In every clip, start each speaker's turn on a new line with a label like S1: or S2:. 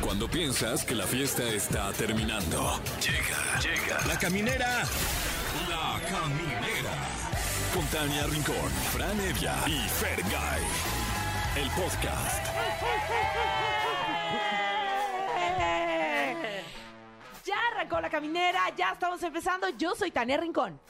S1: Cuando piensas que la fiesta está terminando. Llega, llega. La caminera. La caminera. Con Tania Rincón, Fran Evia y Fer El podcast.
S2: Ya arrancó la caminera, ya estamos empezando. Yo soy Tania Rincón.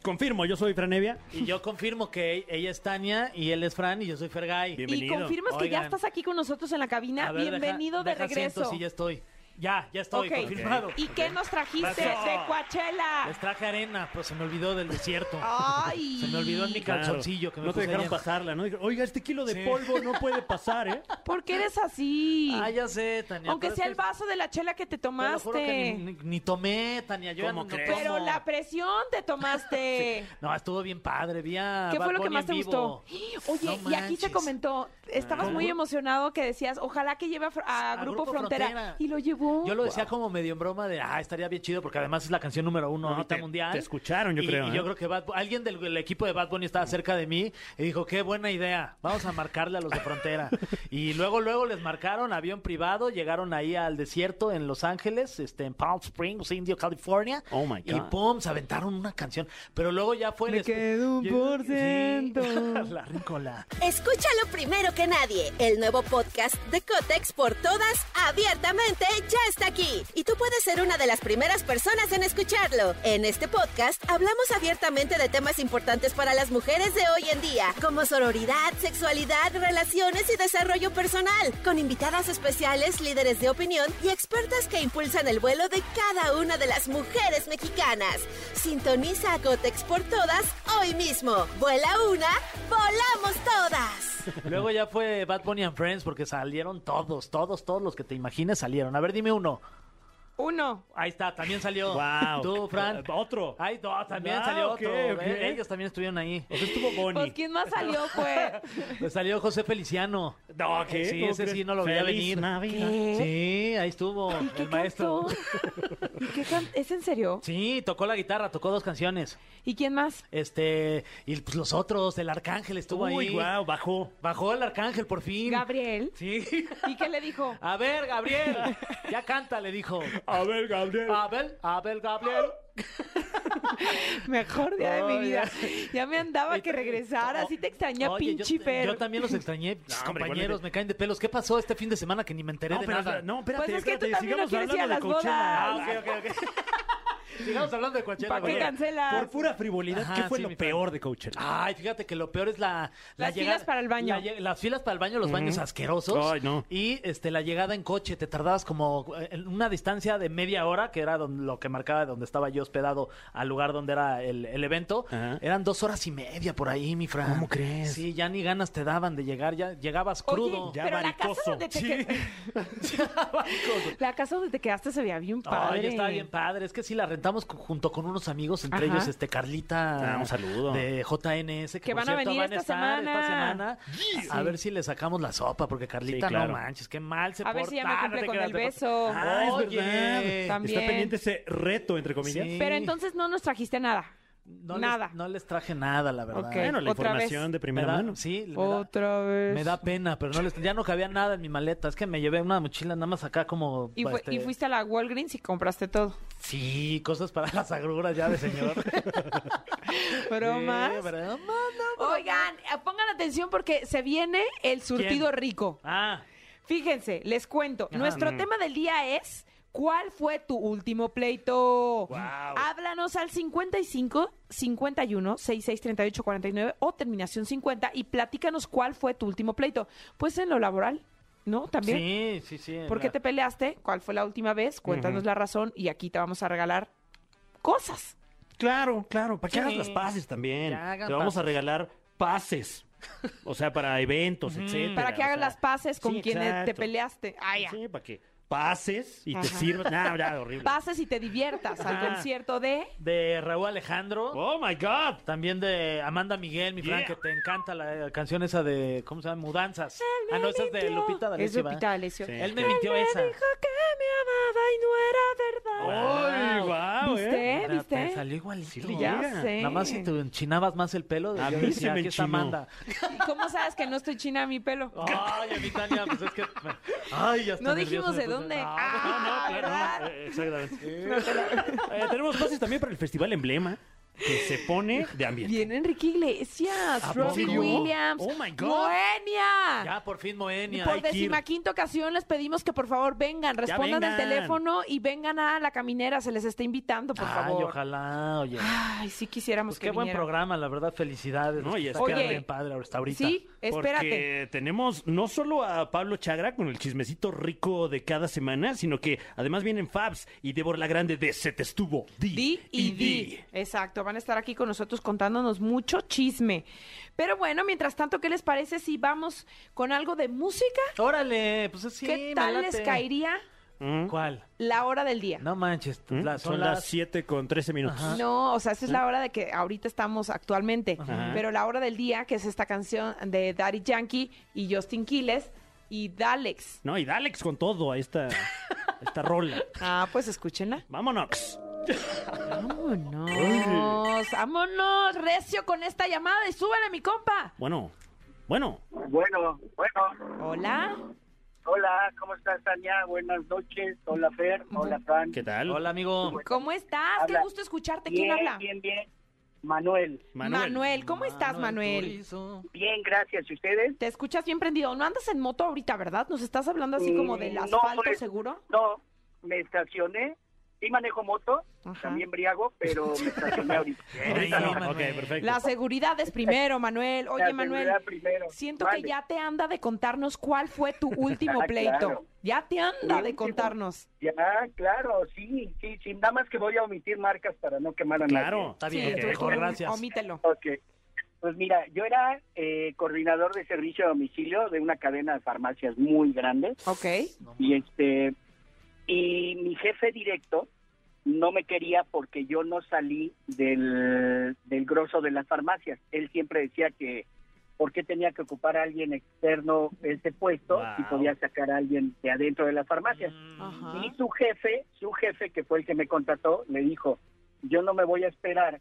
S3: Confirmo, yo soy Franevia.
S4: Y yo confirmo que ella es Tania y él es Fran y yo soy Fergay.
S3: Bienvenido.
S2: Y confirmas que ya
S4: Oigan.
S2: estás aquí con nosotros en la cabina.
S4: A ver,
S2: Bienvenido
S4: deja-
S2: de
S4: deja
S2: regreso.
S4: asiento, sí, ya estoy. Ya, ya estoy,
S2: Ok.
S4: confirmado.
S2: ¿Y qué nos trajiste
S4: Gracias.
S2: de Coachella?
S4: Les traje arena, pues se me olvidó del desierto.
S2: Ay.
S4: Se me olvidó en mi
S3: Claro.
S4: calzoncillo que me
S3: No te
S4: puse
S3: dejaron
S4: ayer.
S3: pasarla, ¿no? Dijeron, Oiga, este kilo de
S4: Sí.
S3: polvo no puede pasar, ¿eh?
S2: ¿Por qué eres así?
S4: Ah, ya sé, Tania.
S2: Aunque
S4: pero
S2: sea
S4: es
S2: el
S4: que-
S2: vaso de la chela que te
S4: te lo
S2: tomaste.
S4: juro que ni, ni- ni tomé, Tania. Yo ya
S3: ¿Cómo
S4: no
S3: crees?
S4: tomo.
S2: Pero la presión te tomaste.
S4: No, estuvo bien padre. Vi a
S2: ¿Qué
S4: Bad
S2: fue lo que
S4: Bunny
S2: más
S4: en
S2: te
S4: vivo.
S2: gustó? Oye,
S4: No
S2: y aquí
S4: manches.
S2: se comentó, estabas
S4: ¿Cómo?
S2: muy emocionado que decías, ojalá que lleve a, Fr- a
S4: A
S2: Grupo, Frontera.
S4: Frontera.
S2: Y lo llevó.
S4: Yo lo decía como medio en broma de, ah, estaría bien chido porque además es la canción número uno
S3: No,
S4: ahorita
S3: te-
S4: mundial.
S3: te escucharon, yo
S4: Y-
S3: creo,
S4: Y
S3: ¿eh?
S4: yo creo que Bad Bu- alguien del el equipo de Bad Bunny estaba cerca de mí y dijo, qué buena idea, vamos a marcarle a los de frontera. y luego, luego les marcaron avión privado, llegaron ahí al desierto en Los Ángeles, este, en Palm Springs, Indio, California.
S3: Oh, my
S4: Y
S3: God.
S4: pum, se aventaron una canción. Pero luego ya fue...
S2: Me
S4: espe-
S2: quedó un
S4: Sí.
S2: por ciento.
S4: la rincola.
S5: Escúchalo primero que nadie. El nuevo podcast de Cotex por todas, abiertamente, ya está aquí. Y tú puedes ser una de las primeras personas en escucharlo. En este podcast hablamos abiertamente de temas importantes para las mujeres de hoy en día, como sororidad, sexualidad, relaciones y desarrollo personal, con invitadas especiales, líderes de opinión y expertas que impulsan el vuelo de cada una de las mujeres mexicanas. Sintoniza a Cotex por todas hoy mismo. Vuela una, volamos todas.
S4: Luego ya fue Bad Bunny and Friends porque salieron todos, todos, todos los que te imagines salieron. A ver, dime uno.
S2: Uno.
S4: Ahí está, también salió.
S3: Guau.
S4: Tú, Fran.
S3: Otro.
S4: Ay, no, también
S3: Ah,
S4: salió
S3: ok,
S4: otro.
S3: ok.
S4: Eh, Ellos también estuvieron ahí.
S3: O sea, estuvo Bonnie.
S2: Pues quién más salió fue.
S4: Pues salió José Feliciano.
S3: No, ¿qué?
S4: Sí,
S3: ¿Cómo
S4: ese
S3: crees?
S4: sí no lo veía
S3: Feliz
S4: venir.
S3: Navidad.
S4: Sí, ahí estuvo
S2: ¿Y qué
S4: el maestro.
S2: cantó? ¿Y qué can- ¿Es en serio?
S4: Sí, tocó la guitarra, tocó dos canciones.
S2: ¿Y quién más?
S4: Este, y pues los otros, el Arcángel estuvo
S3: Uy,
S4: ahí.
S3: guau, bajó.
S4: Bajó el Arcángel por fin.
S2: Gabriel.
S4: Sí.
S2: ¿Y qué le dijo?
S4: A ver, Gabriel, ya canta, le dijo.
S3: A ver, Gabriel.
S2: Ah,
S4: Abel, Abel, Gabriel.
S2: Mejor día de mi
S4: Ay,
S2: vida.
S4: ya.
S2: Ya me andaba que regresara. Así te extrañé,
S4: Oh. Oye, yo-
S2: pinche Fer.
S4: Yo también los extrañé, mis
S3: hombre,
S4: compañeros,
S3: igualmente.
S4: me caen de pelos. ¿Qué pasó este fin de semana que ni me enteré
S3: No,
S4: de
S3: pero,
S4: nada?
S3: no, espérate,
S2: Pues es que tú
S3: espérate,
S2: también no
S3: sigamos
S2: quieres ir a
S3: hablando de
S2: las bodas.
S3: Coachella.
S4: Ah, ok, ok, ok. Sigamos hablando de Coachella.
S2: ¿Para qué
S4: güey.
S2: cancelas?
S3: Por pura frivolidad, ¿qué
S4: Ajá,
S3: fue
S4: sí,
S3: lo
S4: mi
S3: peor
S4: Fran.
S3: de Coachella?
S2: Ah,
S4: Ay, fíjate que lo peor es la... la
S2: Las filas para el baño.
S4: la lle- las filas para el baño, los baños asquerosos.
S3: Ay, no.
S4: Y este, la llegada en coche, te tardabas como eh, en una distancia de media hora, que era don- lo que marcaba donde estaba yo hospedado al lugar donde era el, el evento.
S3: Ajá.
S4: Eran dos horas y media por ahí, mi Fran.
S3: ¿Cómo crees?
S4: Sí, ya ni ganas te daban de llegar, ya llegabas crudo.
S2: Oye,
S3: ya
S2: pero la
S3: varicoso.
S2: casa donde te quedaste. la casa donde te quedaste se veía bien padre.
S4: Ay, estaba bien padre. Es que sí, la rentamos cu- junto con unos amigos, entre
S2: Ajá.
S4: ellos este Carlita.
S3: Ah, un saludo.
S4: De JNS. Que,
S2: Que
S4: por
S2: van a
S4: cierto,
S2: venir
S4: van
S2: esta
S4: estar esta
S2: semana.
S4: semana. A ver si le sacamos la sopa, porque Carlita,
S3: Sí, claro.
S4: no manches, qué mal se
S2: A ver
S4: porta.
S2: si ya me cumple
S4: No te
S2: con
S4: creas,
S2: el
S4: te-
S2: beso.
S3: Ah, es
S4: Oye.
S3: verdad.
S2: También.
S3: Está pendiente ese reto, entre comillas.
S4: Sí.
S2: Pero entonces no nos trajiste nada.
S4: No les-
S2: Nada.
S4: no les traje nada, la verdad.
S2: Ok.
S3: Bueno, la
S2: Otra vez.
S3: información de
S4: Me
S3: primera
S4: da,
S3: mano.
S4: sí, me da,
S2: Otra vez.
S4: me da pena, pero no les, ya no cabía nada en mi maleta. Es que me llevé una mochila nada más acá como...
S2: y, fue-
S4: este,
S2: y fuiste a la Walgreens y compraste todo.
S4: Sí, cosas para las agruras ya de señor.
S2: Bromas.
S4: Sí, bromas, no, bromas.
S2: Oigan, eh, pongan atención porque se viene el surtido
S4: ¿Quién?
S2: rico.
S4: Ah,
S2: Fíjense, les cuento.
S4: Ajá.
S2: Nuestro
S3: Mm.
S2: tema del día es ¿Cuál fue tu último pleito?
S3: Guau.
S2: Háblanos al 55 51 66 38 49 o terminación 50 y platícanos cuál fue tu último pleito. Pues en lo laboral, ¿no? También.
S4: sí, sí, sí.
S2: ¿Por qué
S4: la-
S2: te peleaste? ¿Cuál fue la última vez? Cuéntanos la razón y aquí te vamos a regalar cosas.
S3: Claro, claro, para que
S4: Sí.
S3: hagas las paces también.
S4: Ya hagan
S3: Te vamos
S4: paces.
S3: a regalar pases O sea, para eventos, etcétera.
S2: Para que
S3: o
S2: hagas
S3: sea,
S2: las paces con
S3: sí,
S2: quienes te
S3: exacto.
S2: peleaste. Ah, ya.
S3: Sí, para que pases y te sirvas. Nah, nah, horrible.
S2: Pases y te diviertas al
S4: Ajá.
S2: concierto de...
S4: De Raúl Alejandro.
S3: Oh my God.
S4: También de Amanda Miguel, mi Fran,
S3: Yeah.
S4: que te encanta la, eh, canción esa de, ¿cómo se llama? Mudanzas. Ah, no, esa es de Lupita
S2: Es
S4: D'Alessio. ¿verdad?
S2: Lupita D'Alessio.
S3: Sí.
S4: Él me mintió esa.
S2: que me amaba y no
S3: ¡Ay, guau, eh!
S2: ¿Viste?
S4: Mira, te
S2: ¿Viste?
S4: salió igualito.
S3: Sí le
S2: Ya
S3: llega.
S2: sé.
S4: Nada más si te enchinabas más el pelo.
S3: A
S4: yo
S3: mí
S4: decía,
S3: se me
S4: "Aquí está
S3: enchinó".
S4: Amanda.
S2: ¿Y cómo sabes que no estoy china a mi pelo?
S4: Ay, a mí, Tania, pues es que... Ay, ya Oh, está
S2: No dijimos
S4: nerviosa,
S2: de
S4: me puse.
S2: dónde.
S4: Ah,
S2: Ah,
S3: No, claro,
S2: ¿verdad?
S3: no, eh, exactamente. Eh, tenemos pases también para el Festival Emblema, que se pone de ambiente.
S2: Vienen Enrique Iglesias, Robin
S3: poco?
S2: Williams,
S3: Oh, my God.
S2: Moenia.
S4: ya, por fin Moenia.
S2: Por
S4: Ay, qué-
S2: decimaquinta ocasión les pedimos que por favor vengan, respondan
S3: vengan.
S2: el teléfono y vengan a la caminera, se les está invitando, por
S4: Ay,
S2: favor.
S4: ojalá, oye.
S2: Ay, sí quisiéramos
S4: Pues
S2: que
S4: qué buen
S2: vinieran.
S4: programa, la verdad, felicidades.
S3: No, y
S4: está
S3: es-
S4: quedando
S2: Oye,
S4: bien padre hasta ahorita.
S2: Sí, espérate.
S3: Porque tenemos no solo a Pablo Chagra con el chismecito rico de cada semana, sino que además vienen Fabs y Débora la Grande de Se Te Estuvo. Di,
S2: Di y di. Exacto, van a estar aquí con nosotros contándonos mucho chisme. Pero bueno, mientras tanto, ¿qué les parece si vamos con algo de música?
S4: Órale, pues sí.
S2: ¿Qué
S4: me
S2: tal
S4: late.
S2: les caería
S3: ¿Mm?
S4: ¿Cuál?
S2: la hora del día?
S4: No manches,
S3: ¿Mm?
S4: las-
S3: Son las 7 con 13 minutos.
S2: No, o sea, esa es la hora de que ahorita estamos actualmente.
S3: Ajá.
S2: Pero la hora del día, que es esta canción de Daddy Yankee y Justin Quiles y Dalex.
S3: No, y Dalex con todo a esta, a esta rola.
S2: Ah, pues escúchenla.
S3: Vámonos.
S2: Vámonos, vámonos, recio con esta llamada y súbele, mi compa.
S3: Bueno, bueno.
S6: Bueno, bueno,
S2: Hola.
S6: hola, ¿cómo estás, Tania? Buenas noches, hola, Fer, hola, Fran.
S3: ¿Qué tal?
S4: Hola, amigo.
S2: ¿Cómo estás? Qué
S6: Habla.
S2: gusto escucharte. ¿Quién
S6: Bien,
S2: habla?
S6: bien, bien. Manuel,
S3: Manuel.
S2: ¿cómo estás, Manuel?
S4: Turizo.
S6: bien, gracias. ¿Y ustedes?
S2: Te escuchas bien prendido. No andas en moto ahorita, ¿verdad? Nos estás hablando así como del
S6: Mm, no,
S2: asfalto,
S6: pues,
S2: seguro.
S6: No, me estacioné, sí manejo moto,
S2: Ajá.
S6: también briago, pero me estacioné ahorita.
S3: Ahí,
S4: Ahí,
S3: ok,
S4: Manuel.
S3: perfecto.
S2: La seguridad es primero, Manuel. Oye,
S6: La
S2: Manuel,
S6: seguridad primero.
S2: siento
S6: Vale.
S2: que ya te anda de contarnos cuál fue tu último
S6: Ah,
S2: pleito.
S6: claro.
S2: Ya te anda de
S6: Último.
S2: contarnos.
S6: Ya, claro, sí, sí, sí, nada más que voy a omitir marcas para no quemar a
S3: Claro.
S4: Está bien,
S3: ok.
S4: mejor,
S2: tú,
S4: gracias.
S2: Omítelo.
S6: nadie. Ok. Pues mira, yo era eh, coordinador de servicio a domicilio de una cadena de farmacias muy grande.
S2: Ok.
S6: y este y mi jefe directo no me quería porque yo no salí del, del grosso de las farmacias. Él siempre decía que por qué tenía que ocupar a alguien externo ese puesto si
S3: Wow.
S6: podía sacar a alguien de adentro de las farmacias.
S2: Ajá.
S6: Y su jefe, su jefe que fue el que me contrató, le dijo, yo no me voy a esperar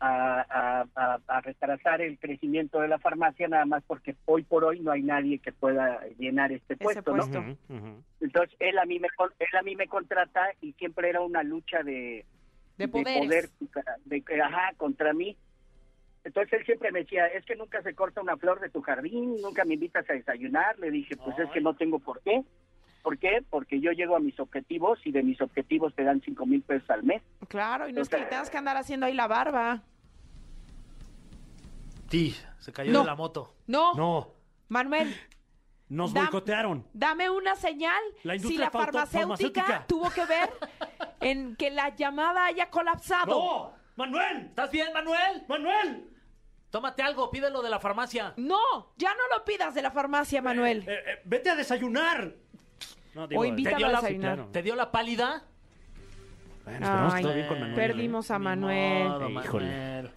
S6: a, a- a- a retrasar el crecimiento de la farmacia nada más porque hoy por hoy no hay nadie que pueda llenar este
S2: Ese
S6: puesto, ¿no?
S2: puesto.
S3: Ujú, ujú.
S6: Entonces él a mí me con- él a mí me contrata y siempre era una lucha de
S2: De poderes.
S6: poder, de que, ajá, contra mí. Entonces él siempre me decía, es que nunca se corta una flor de tu jardín, nunca me invitas a desayunar. Le dije, pues es que no tengo por qué. ¿Por qué? Porque yo llego a mis objetivos y de mis objetivos te dan cinco mil pesos al mes.
S2: Claro, y no es que le tengas que andar haciendo ahí la barba.
S4: Sí, se cayó
S2: No.
S4: de la moto.
S2: No,
S3: No,
S2: Manuel,
S3: nos
S2: Dam-
S3: boicotearon.
S2: dame una señal
S3: La
S2: si
S3: industria
S2: la
S3: fauto-
S2: farmacéutica,
S3: farmacéutica.
S2: tuvo que ver en que la llamada haya colapsado.
S3: ¡No! ¡Manuel!
S4: ¿Estás bien, Manuel?
S3: ¡Manuel!
S4: Tómate algo, pídelo de la farmacia.
S2: No, ya no lo pidas de la farmacia, Manuel.
S3: Eh, eh, ¡Vete a desayunar! No,
S2: o
S4: te
S2: invítalo
S4: dio
S2: a
S4: la-
S2: desayunar.
S3: claro.
S4: ¿Te dio la pálida? ¿eh?
S3: Bueno, esperamos
S2: Ay,
S3: todo bien con Manuel. ¿eh?
S2: Perdimos a
S4: Ni
S2: Manuel.
S4: modo,
S3: Híjole.
S4: Manuel.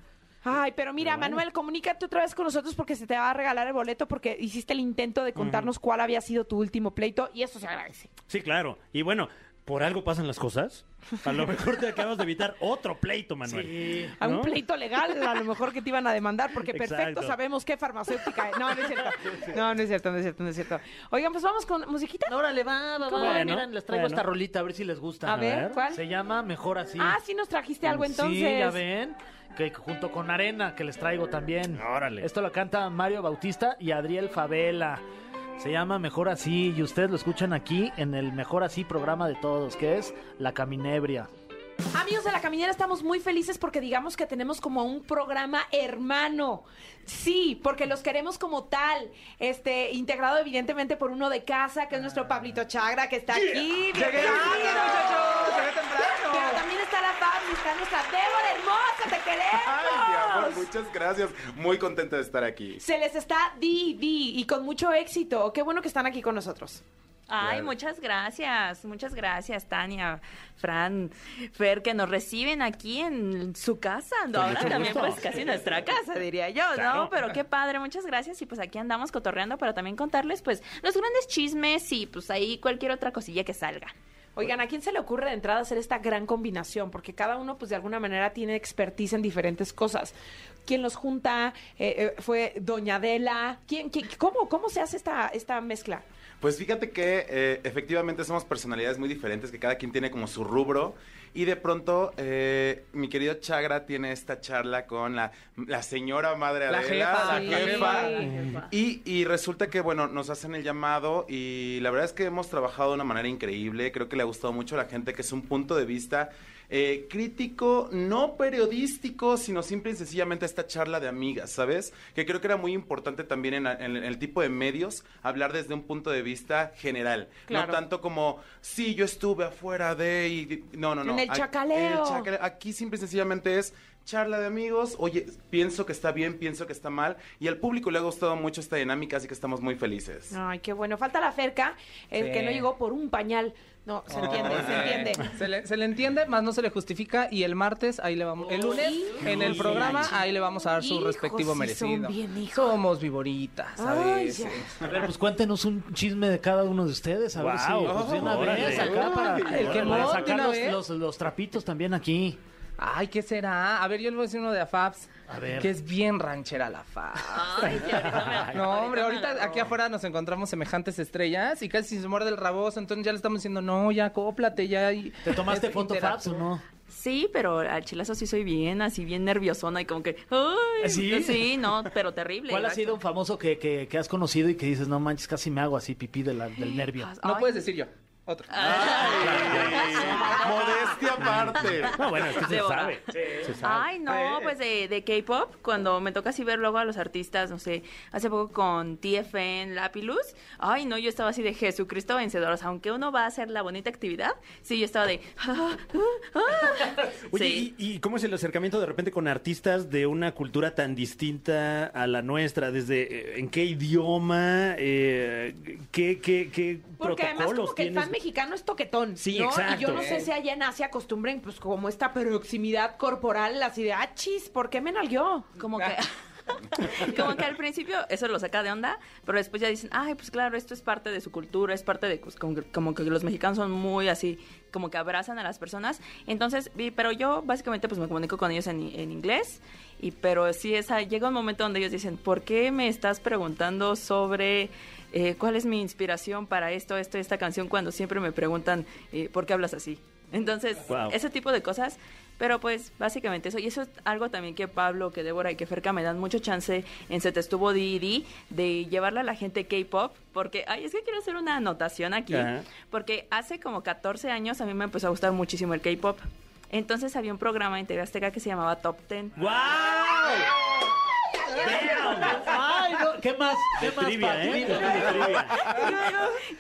S2: Ay, pero mira,
S3: Pero bueno.
S2: Manuel, comunícate otra vez con nosotros porque se te va a regalar el boleto porque hiciste el intento de contarnos cuál había sido tu último pleito y eso se agradece.
S3: Sí, claro. Y bueno, por algo pasan las cosas. A lo mejor te acabas de evitar otro pleito, Manuel.
S4: Sí.
S2: A un
S3: ¿No?
S2: pleito legal, a lo mejor que te iban a demandar, porque perfecto
S3: Exacto.
S2: sabemos qué farmacéutica es. No, no es cierto. No, no es cierto, no es cierto, no es cierto. Oigan, pues vamos con musiquita.
S4: Órale, va, va, va.
S3: Bueno,
S4: Miren, les traigo
S3: bueno.
S4: esta rolita, a ver si les gusta.
S2: A ver, ¿cuál?
S4: Se llama Mejor Así.
S2: Ah, sí nos trajiste algo entonces.
S4: Sí, ya ven. Que junto con Arena, que les traigo también.
S3: Órale.
S4: Esto lo canta Mario Bautista y Adriel Favela. Se llama Mejor Así y ustedes lo escuchan aquí en el Mejor Así programa de todos, que es La Caminebria.
S2: Amigos de la caminera, estamos muy felices porque digamos que tenemos como un programa hermano. Sí, porque los queremos como tal. Este, integrado evidentemente por uno de casa, que es nuestro Pablito Chagra, que está aquí.
S7: Llegué
S2: ¡Bienvenido!
S7: temprano, muchachos, llegué temprano.
S2: Pero también está la Pablo, está nuestra Débora hermosa, te
S7: Ay, mi amor,
S2: queremos.
S7: muchas gracias. Muy contento de estar aquí.
S2: Se les está di, di, y con mucho éxito. Qué bueno que están aquí con nosotros.
S8: Ay,
S7: Claro.
S8: muchas gracias, muchas gracias, Tania, Fran, Fer, que nos reciben aquí en su casa. No, Ahora
S3: mucho
S8: también,
S3: gusto.
S8: pues casi nuestra casa, diría yo, ¿no? Pero qué padre, muchas gracias. Y pues aquí andamos cotorreando para también contarles, pues, los grandes chismes y pues ahí cualquier otra cosilla que salga.
S2: Oigan, ¿a quién se le ocurre de entrada hacer esta gran combinación? Porque cada uno, pues de alguna manera, tiene expertise en diferentes cosas. ¿Quién los junta? Eh, eh, ¿Fue Doña Adela? ¿Quién, quién- cómo, ¿Cómo se hace esta, esta mezcla?
S7: Pues fíjate que eh, efectivamente somos personalidades muy diferentes, que cada quien tiene como su rubro. Y de pronto, eh, mi querido Chagra tiene esta charla con la, la señora madre
S9: La
S7: Adela,
S9: jefa,
S7: Ah, la
S9: la
S7: jefa.
S8: jefa.
S7: Y, y resulta que, bueno, nos hacen el llamado y la verdad es que hemos trabajado de una manera increíble. Creo que le ha gustado mucho a la gente, que es un punto de vista eh, crítico, no periodístico, sino simple y sencillamente esta charla de amigas, ¿sabes? Que creo que era muy importante también en, la- en el tipo de medios hablar desde un punto de vista general.
S2: Claro.
S7: No tanto como, sí, yo estuve afuera de... y- y- no, no, no.
S2: En el
S7: Ay,
S2: chacaleo.
S7: el chacaleo. Aquí simple y sencillamente es charla de amigos. Oye, pienso que está bien, pienso que está mal. Y al público le ha gustado mucho esta dinámica, así que estamos muy felices.
S2: Ay, qué bueno. Falta la cerca, el
S9: Sí. Oh.
S2: que no llegó por un pañal. No, se entiende, se
S9: Ay.
S2: entiende.
S9: Se le, se le entiende, más no se le justifica. Y el martes, ahí le vamos. El lunes, en el programa, ahí le vamos a dar su
S2: Hijos,
S9: respectivo
S2: sí
S9: merecido.
S2: son bien, hijo.
S9: Somos viboritas, a
S2: Ay,
S9: veces.
S4: A ver, pues cuéntenos un chisme de cada uno de ustedes. A ver si
S3: Guau,
S4: pues, de una
S3: órale.
S4: vez acá para,
S9: Ay, qué
S4: para
S9: mod, de
S4: sacar
S9: una
S4: los,
S9: vez.
S4: los- los trapitos también aquí.
S9: Ay, ¿qué será? Ah, A ver, yo le voy a decir uno de AFABs.
S4: A ver.
S9: Que es bien ranchera la FAB.
S8: Ay, ya, ahorita me-
S9: No, hombre,
S8: me la
S9: ahorita aquí
S8: robo.
S9: afuera nos encontramos semejantes estrellas y casi se muerde el raboso, entonces ya le estamos diciendo, no, ya acóplate, ya. y-
S4: ¿Te tomaste
S9: es-
S4: foto, Fabs,
S9: interactúa".
S4: o no?
S8: Sí, pero al chilazo sí soy bien, así bien nerviosona y como que, ay,
S4: ¿Sí?
S8: sí, no, pero terrible.
S4: ¿Cuál ha
S8: gacho.
S4: sido un famoso que, que, que has conocido y que dices, no manches, casi me hago así pipí de la- del nervio?
S8: Ay,
S9: No puedes decir yo. Otro.
S7: Ah, Modestia aparte.
S3: No, bueno, es que se
S8: Débora.
S3: sabe. Se
S2: Ah,
S3: sabe.
S8: Ay, no, pues de, de K-pop, cuando me toca así ver luego a los artistas, no sé, hace poco con TFN Lapilus, ay, no, yo estaba así de Jesucristo vencedor, o sea, aunque uno va a hacer la bonita actividad, sí, yo estaba de... ah, ah, ah.
S3: Oye,
S8: Sí.
S3: ¿y, y cómo es el acercamiento de repente con artistas de una cultura tan distinta a la nuestra? ¿Desde eh, en qué idioma? Eh, ¿Qué, qué, qué
S2: Porque además
S3: protocolos
S2: como que el
S3: tienes?
S2: fan mexicano es toquetón,
S3: Sí,
S2: ¿no?
S3: exacto.
S2: Y yo no sé si allá en Asia acostumbren pues como esta proximidad corporal, así de, ah, chis, ¿por qué me nalgueó?
S8: como que como que al principio eso lo saca de onda pero después ya dicen ay pues claro esto es parte de su cultura es parte de pues, como, que- como que los mexicanos son muy así como que abrazan a las personas entonces vi- pero yo básicamente pues me comunico con ellos en, en inglés y pero sí esa llega un momento donde ellos dicen por qué me estás preguntando sobre eh, cuál es mi inspiración para esto esto esta canción cuando siempre me preguntan eh, por qué hablas así entonces
S3: Wow.
S8: ese este tipo de cosas. Pero pues básicamente eso. Y eso es algo también que Pablo, que Débora y que Ferca me dan mucho chance en Se Te Estuvo Didi de llevarle a la gente K-pop. Porque, ay, es que quiero hacer una anotación aquí.
S3: Ajá.
S8: Porque hace como 14 años a mí me empezó a gustar muchísimo el K-pop. Entonces había un programa en TV Azteca que se llamaba Top Ten.
S3: ¡Wow!
S4: Ay, no, ¿qué más? ¿Qué más,
S3: Trivia,
S4: Pati?
S3: ¿eh? De trivia.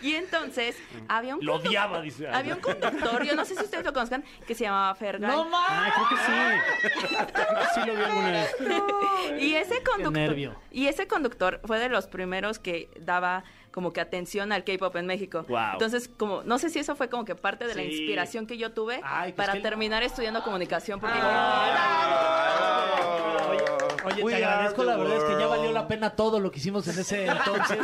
S8: Y entonces había un
S3: Lo
S8: conduc-
S3: odiaba, dice.
S8: Había un conductor, yo no sé si ustedes lo conozcan, que se llamaba Fergal.
S9: No más.
S3: Ah, creo que sí. Creo que sí lo vi alguna vez.
S8: Y ese conductor
S4: nervio.
S8: y ese conductor fue de los primeros que daba como que atención al K-pop en México.
S3: Wow.
S8: Entonces, como no sé si eso fue como que parte de la
S4: Sí.
S8: inspiración que yo tuve
S4: Ay, pues
S8: para
S4: que- Ah.
S8: terminar estudiando comunicación porque
S4: Oye,
S7: We
S4: te agradezco,
S7: are
S4: la
S7: the
S4: verdad es que ya
S7: world.
S4: valió la pena todo lo que hicimos en ese entonces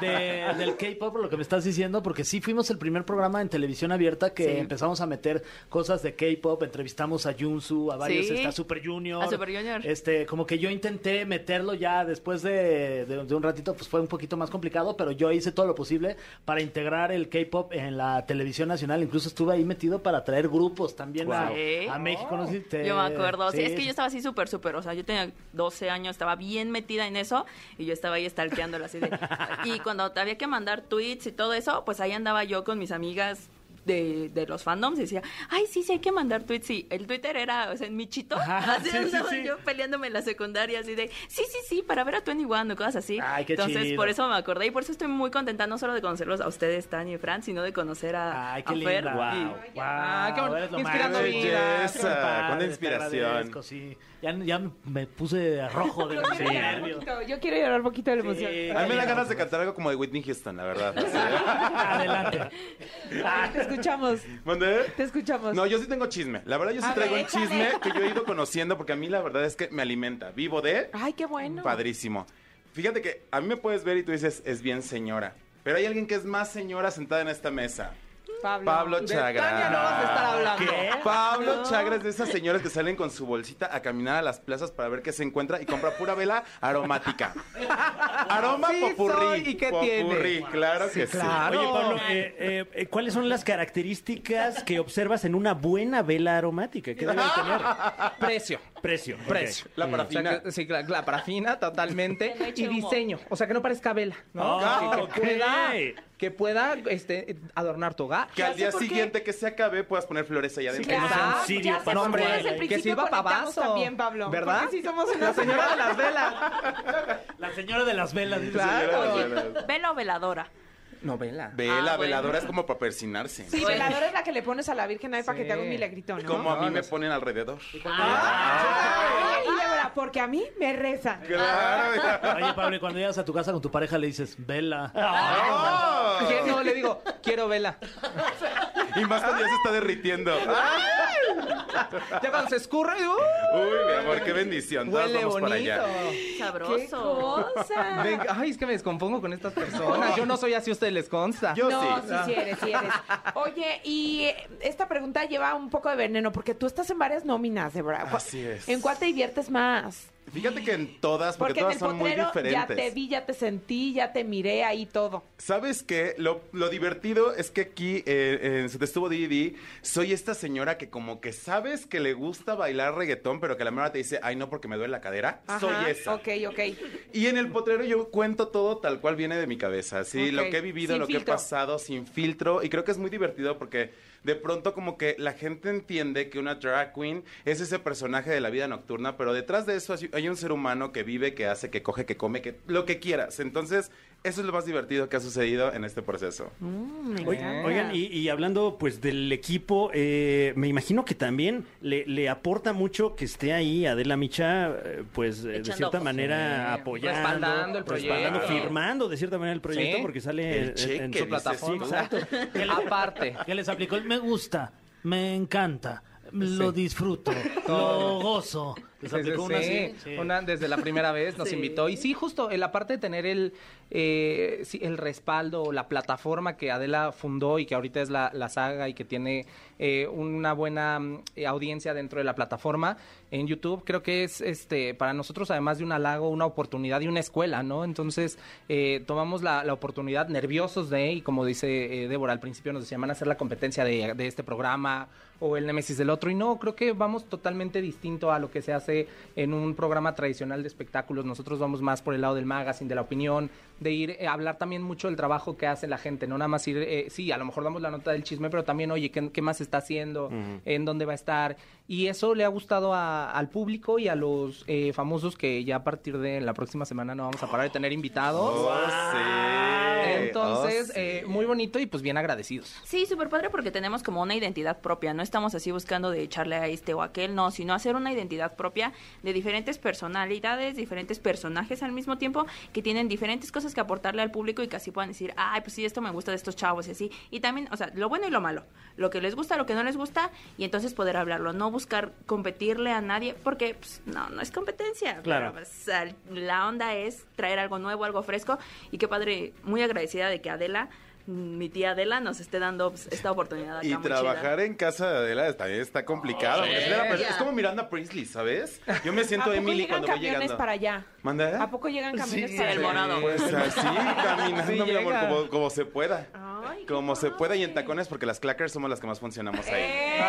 S4: de- del K-pop, por lo que me estás diciendo, porque sí fuimos el primer programa en televisión abierta que empezamos a meter cosas de K-pop, entrevistamos a Junsu, a varios,
S8: Sí.
S4: este, a Super Junior.
S8: A Super Junior.
S4: Este, como que yo intenté meterlo ya después de, de- de un ratito, pues fue un poquito más complicado, pero yo hice todo lo posible para integrar el K-pop en la televisión nacional, incluso estuve ahí metido para traer grupos también a,
S8: Sí.
S4: a México, no sé si te-
S8: yo me acuerdo, sí,
S4: Sí,
S8: es que
S4: Este, sí.
S8: yo estaba así súper, súper, o sea, yo tenía 12 años, estaba bien metida en eso y yo estaba ahí stalkeándola así de... Y cuando había que mandar tweets y todo eso, pues ahí andaba yo con mis amigas de, de los fandoms y decía, ay, sí, sí, hay que mandar tweets. Y el Twitter era, o sea, en Michito.
S4: Ajá,
S8: así
S4: sí, sí,
S8: andaba
S4: sí.
S8: yo peleándome en la secundaria, así de, sí, sí, sí, para ver a 21 o cosas así.
S4: Ay, qué
S8: Entonces,
S4: chido.
S8: por eso me acordé y por eso estoy muy contenta, no solo de conocerlos a ustedes, Tania y Fran, sino de conocer a,
S4: Ay, qué
S8: a Fer.
S4: lindo.
S8: Y-
S4: Wow, wow.
S9: Ah, qué bueno.
S4: eres lo
S9: Inspirando
S4: máximo.
S9: vidas.
S4: Qué padre,
S7: Cuánta
S4: te
S7: inspiración.
S4: agradezco, sí. Ya, ya me puse rojo de
S2: Yo quiero llorar
S4: nervio.
S2: poquito, yo quiero llorar poquito de la emoción.
S4: Sí.
S7: A mí me dan ganas de cantar algo como de Whitney Houston, la verdad.
S4: Adelante.
S2: Ah, te escuchamos,
S7: ¿Mandé?
S2: te escuchamos.
S7: No, yo sí tengo chisme. La verdad, yo sí
S2: A
S7: traigo
S2: ver,
S7: un chisme que yo he ido conociendo porque a mí la verdad es que me alimenta. Vivo de
S2: Ay, qué bueno.
S7: padrísimo. Fíjate que a mí me puedes ver y tú dices, es bien señora. Pero hay alguien que es más señora sentada en esta mesa.
S9: Pablo,
S7: Pablo
S9: de
S7: Chagra.
S9: Tania no vas a estar hablando.
S7: Pablo Chagra es de esas señoras que salen con su bolsita a caminar a las plazas para ver qué se encuentra y compra pura vela aromática. Aroma
S9: Sí
S7: popurrí.
S9: soy, ¿y qué tiene?
S7: Popurrí, claro que sí.
S9: claro.
S3: Oye, Pablo, eh, eh, eh, ¿cuáles son las características que observas en una buena vela aromática? ¿Qué debe tener?
S9: Precio.
S3: Precio. ok.
S9: Precio.
S7: La parafina.
S9: O sea, que- sí, la, la parafina, totalmente.
S8: Que no eche
S9: y
S8: humo.
S9: diseño. O sea, que no parezca vela, ¿no?
S3: Ah,
S9: que,
S3: ok.
S9: pueda, que pueda este, adornar tu hogar.
S7: Que
S2: Ya
S7: al
S2: sé
S7: día
S2: por qué.
S7: siguiente que se acabe puedas poner flores allá adentro.
S3: Que no sea un
S9: Exacto.
S3: cirio
S2: Ya sé
S3: para
S2: por
S9: hombre,
S2: qué desde el
S9: que
S2: principio
S9: sirva pa'
S2: conectamos
S9: vaso.
S2: también, Pablo.
S9: ¿Verdad?
S2: Porque sí somos una
S9: La señora de las velas.
S4: La señora de las velas. dice.
S9: Claro.
S7: Señora,
S8: Vela o veladora.
S9: No, vela.
S7: Vela,
S8: Ah, bueno.
S7: veladora es como para persinarse.
S2: Sí, veladora es la que le pones a la Virgen ahí para que
S9: Sí.
S2: te haga un milagrito, ¿no?
S7: Como a mí
S9: No, no
S7: me
S9: sé.
S7: ponen alrededor.
S2: Ay, Débora, porque a mí me rezan.
S7: Claro.
S4: Oye, Pablo, y cuando llegas a tu casa con tu pareja le dices, vela.
S9: Ah,
S7: ¡Oh!
S9: ¿Qué? No, le digo, quiero vela.
S7: Y más cuando ya se está derritiendo. ¡Ah!
S9: Ya cuando se escurre, ¡uh!
S7: Uy, mi amor, qué bendición. Todos
S9: huele
S7: vamos
S9: bonito.
S7: para allá.
S2: ¡Qué
S8: Sabroso.
S2: cosa!
S9: Venga, ay, es que me descompongo con estas personas. Yo no soy así, a ustedes les consta.
S7: Yo
S2: Ah, no,
S7: sí. Ah,
S2: sí, sí eres, sí eres. Oye, y eh, esta pregunta lleva un poco de veneno, porque tú estás en varias nóminas, Débora. ¿Cu-
S7: Así es.
S2: ¿En cuál te diviertes más?
S7: Fíjate que en todas, porque,
S2: Porque, en
S7: todas son
S2: el
S7: muy
S2: potrero ya te
S7: diferentes.
S2: vi, ya te sentí, ya te miré ahí todo.
S7: ¿Sabes qué? Lo, lo divertido es que aquí eh, en Se Te Estuvo Didi soy esta señora que como que sabes que le gusta bailar reggaetón, pero que a la mera te dice, ay no, porque me duele la cadera.
S2: Ajá,
S7: soy esa.
S2: Ok, ok.
S7: Y en el potrero yo cuento todo tal cual viene de mi cabeza, sí,
S2: Ok.
S7: lo que he vivido,
S2: Sin
S7: lo que
S2: filtro.
S7: he pasado, sin filtro, y creo que es muy divertido porque de pronto como que la gente entiende que una drag queen es ese personaje de la vida nocturna, pero detrás de eso hay- hay un ser humano que vive, que hace, que coge, que come, que lo que quieras. Entonces, eso es lo más divertido que ha sucedido en este proceso.
S3: Oy- Oigan, y, y hablando pues del equipo, eh, me imagino que también le, le aporta mucho que esté ahí Adela Micha, eh, pues eh, de
S8: Echando
S3: cierta
S8: ojos.
S3: manera
S9: Sí,
S3: apoyando,
S9: respaldando el
S3: respaldando,
S9: proyecto.
S3: firmando de cierta manera el proyecto
S9: Sí.
S3: porque sale
S7: El
S3: en-
S7: cheque,
S3: en
S7: dices
S3: su
S7: tú.
S3: plataforma.
S9: Exacto. Aparte.
S4: Que les aplicó el me gusta, me encanta, lo disfruto, lo
S9: Todo.
S4: gozo. Les
S9: Sí, sí,
S4: aplicó una
S9: sí.
S4: así. Sí.
S9: Una desde la primera vez nos
S8: Sí.
S9: invitó. Y sí, justo en la parte de tener el, eh, sí, el respaldo o la plataforma que Adela fundó y que ahorita es la, la saga y que tiene eh, una buena mm, eh, audiencia dentro de la plataforma en YouTube, creo que es este para nosotros, además de un halago, una oportunidad y una escuela, ¿no? Entonces, eh, tomamos la, la oportunidad nerviosos de, y como dice eh, Débora, al principio nos decían, van a hacer la competencia de, de este programa o el Némesis del otro. Y no, creo que vamos totalmente distinto a lo que se hace en un programa tradicional de espectáculos. Nosotros vamos más por el lado del magazine, de la opinión, de ir eh, hablar también mucho del trabajo que hace la gente. No nada más ir, eh, sí, a lo mejor damos la nota del chisme, pero también, oye, ¿qué, qué más está haciendo? ¿En dónde va a estar? Y eso le ha gustado a- al público y a los eh, famosos que ya a partir de la próxima semana no vamos a parar de tener invitados.
S7: Oh,
S9: Entonces, eh, muy bonito y pues bien agradecidos.
S8: Sí, súper padre porque tenemos como una identidad propia. No estamos así buscando de echarle a este o a aquel, no, sino hacer una identidad propia de diferentes personalidades, diferentes personajes al mismo tiempo que tienen diferentes cosas que aportarle al público y que así puedan decir, ay, pues sí, esto me gusta de estos chavos y así. Y también, o sea, lo bueno y lo malo, lo que les gusta, lo que no les gusta y entonces poder hablarlo, no buscar competirle a nadie porque, pues, no, no es competencia. Pero,
S3: Claro.
S8: pues, al- la onda es traer algo nuevo, algo fresco y qué padre, muy agradecida de que Adela mi tía Adela nos esté dando pues, esta oportunidad acá
S7: Y
S8: muy
S7: trabajar en casa de Adela también está
S8: Oh,
S7: complicado. porque es, la-
S8: ella.
S7: es como Miranda Priestley, ¿sabes? Yo me
S2: ¿A
S7: siento
S2: poco
S7: Emily
S2: llegan
S7: cuando voy
S2: camiones
S7: llegando.
S2: para allá?
S7: ¿Manda?
S2: ¿A poco llegan camiones
S8: Sí,
S2: para
S8: el
S2: allá?
S8: morado.
S7: Pues así,
S9: Sí
S7: caminando, mi
S9: llega.
S7: amor, como, como se pueda.
S2: Ay, qué
S7: como se pueda y en
S2: padre.
S7: tacones, porque las clackers somos las que más funcionamos ahí.
S2: ¡Eh!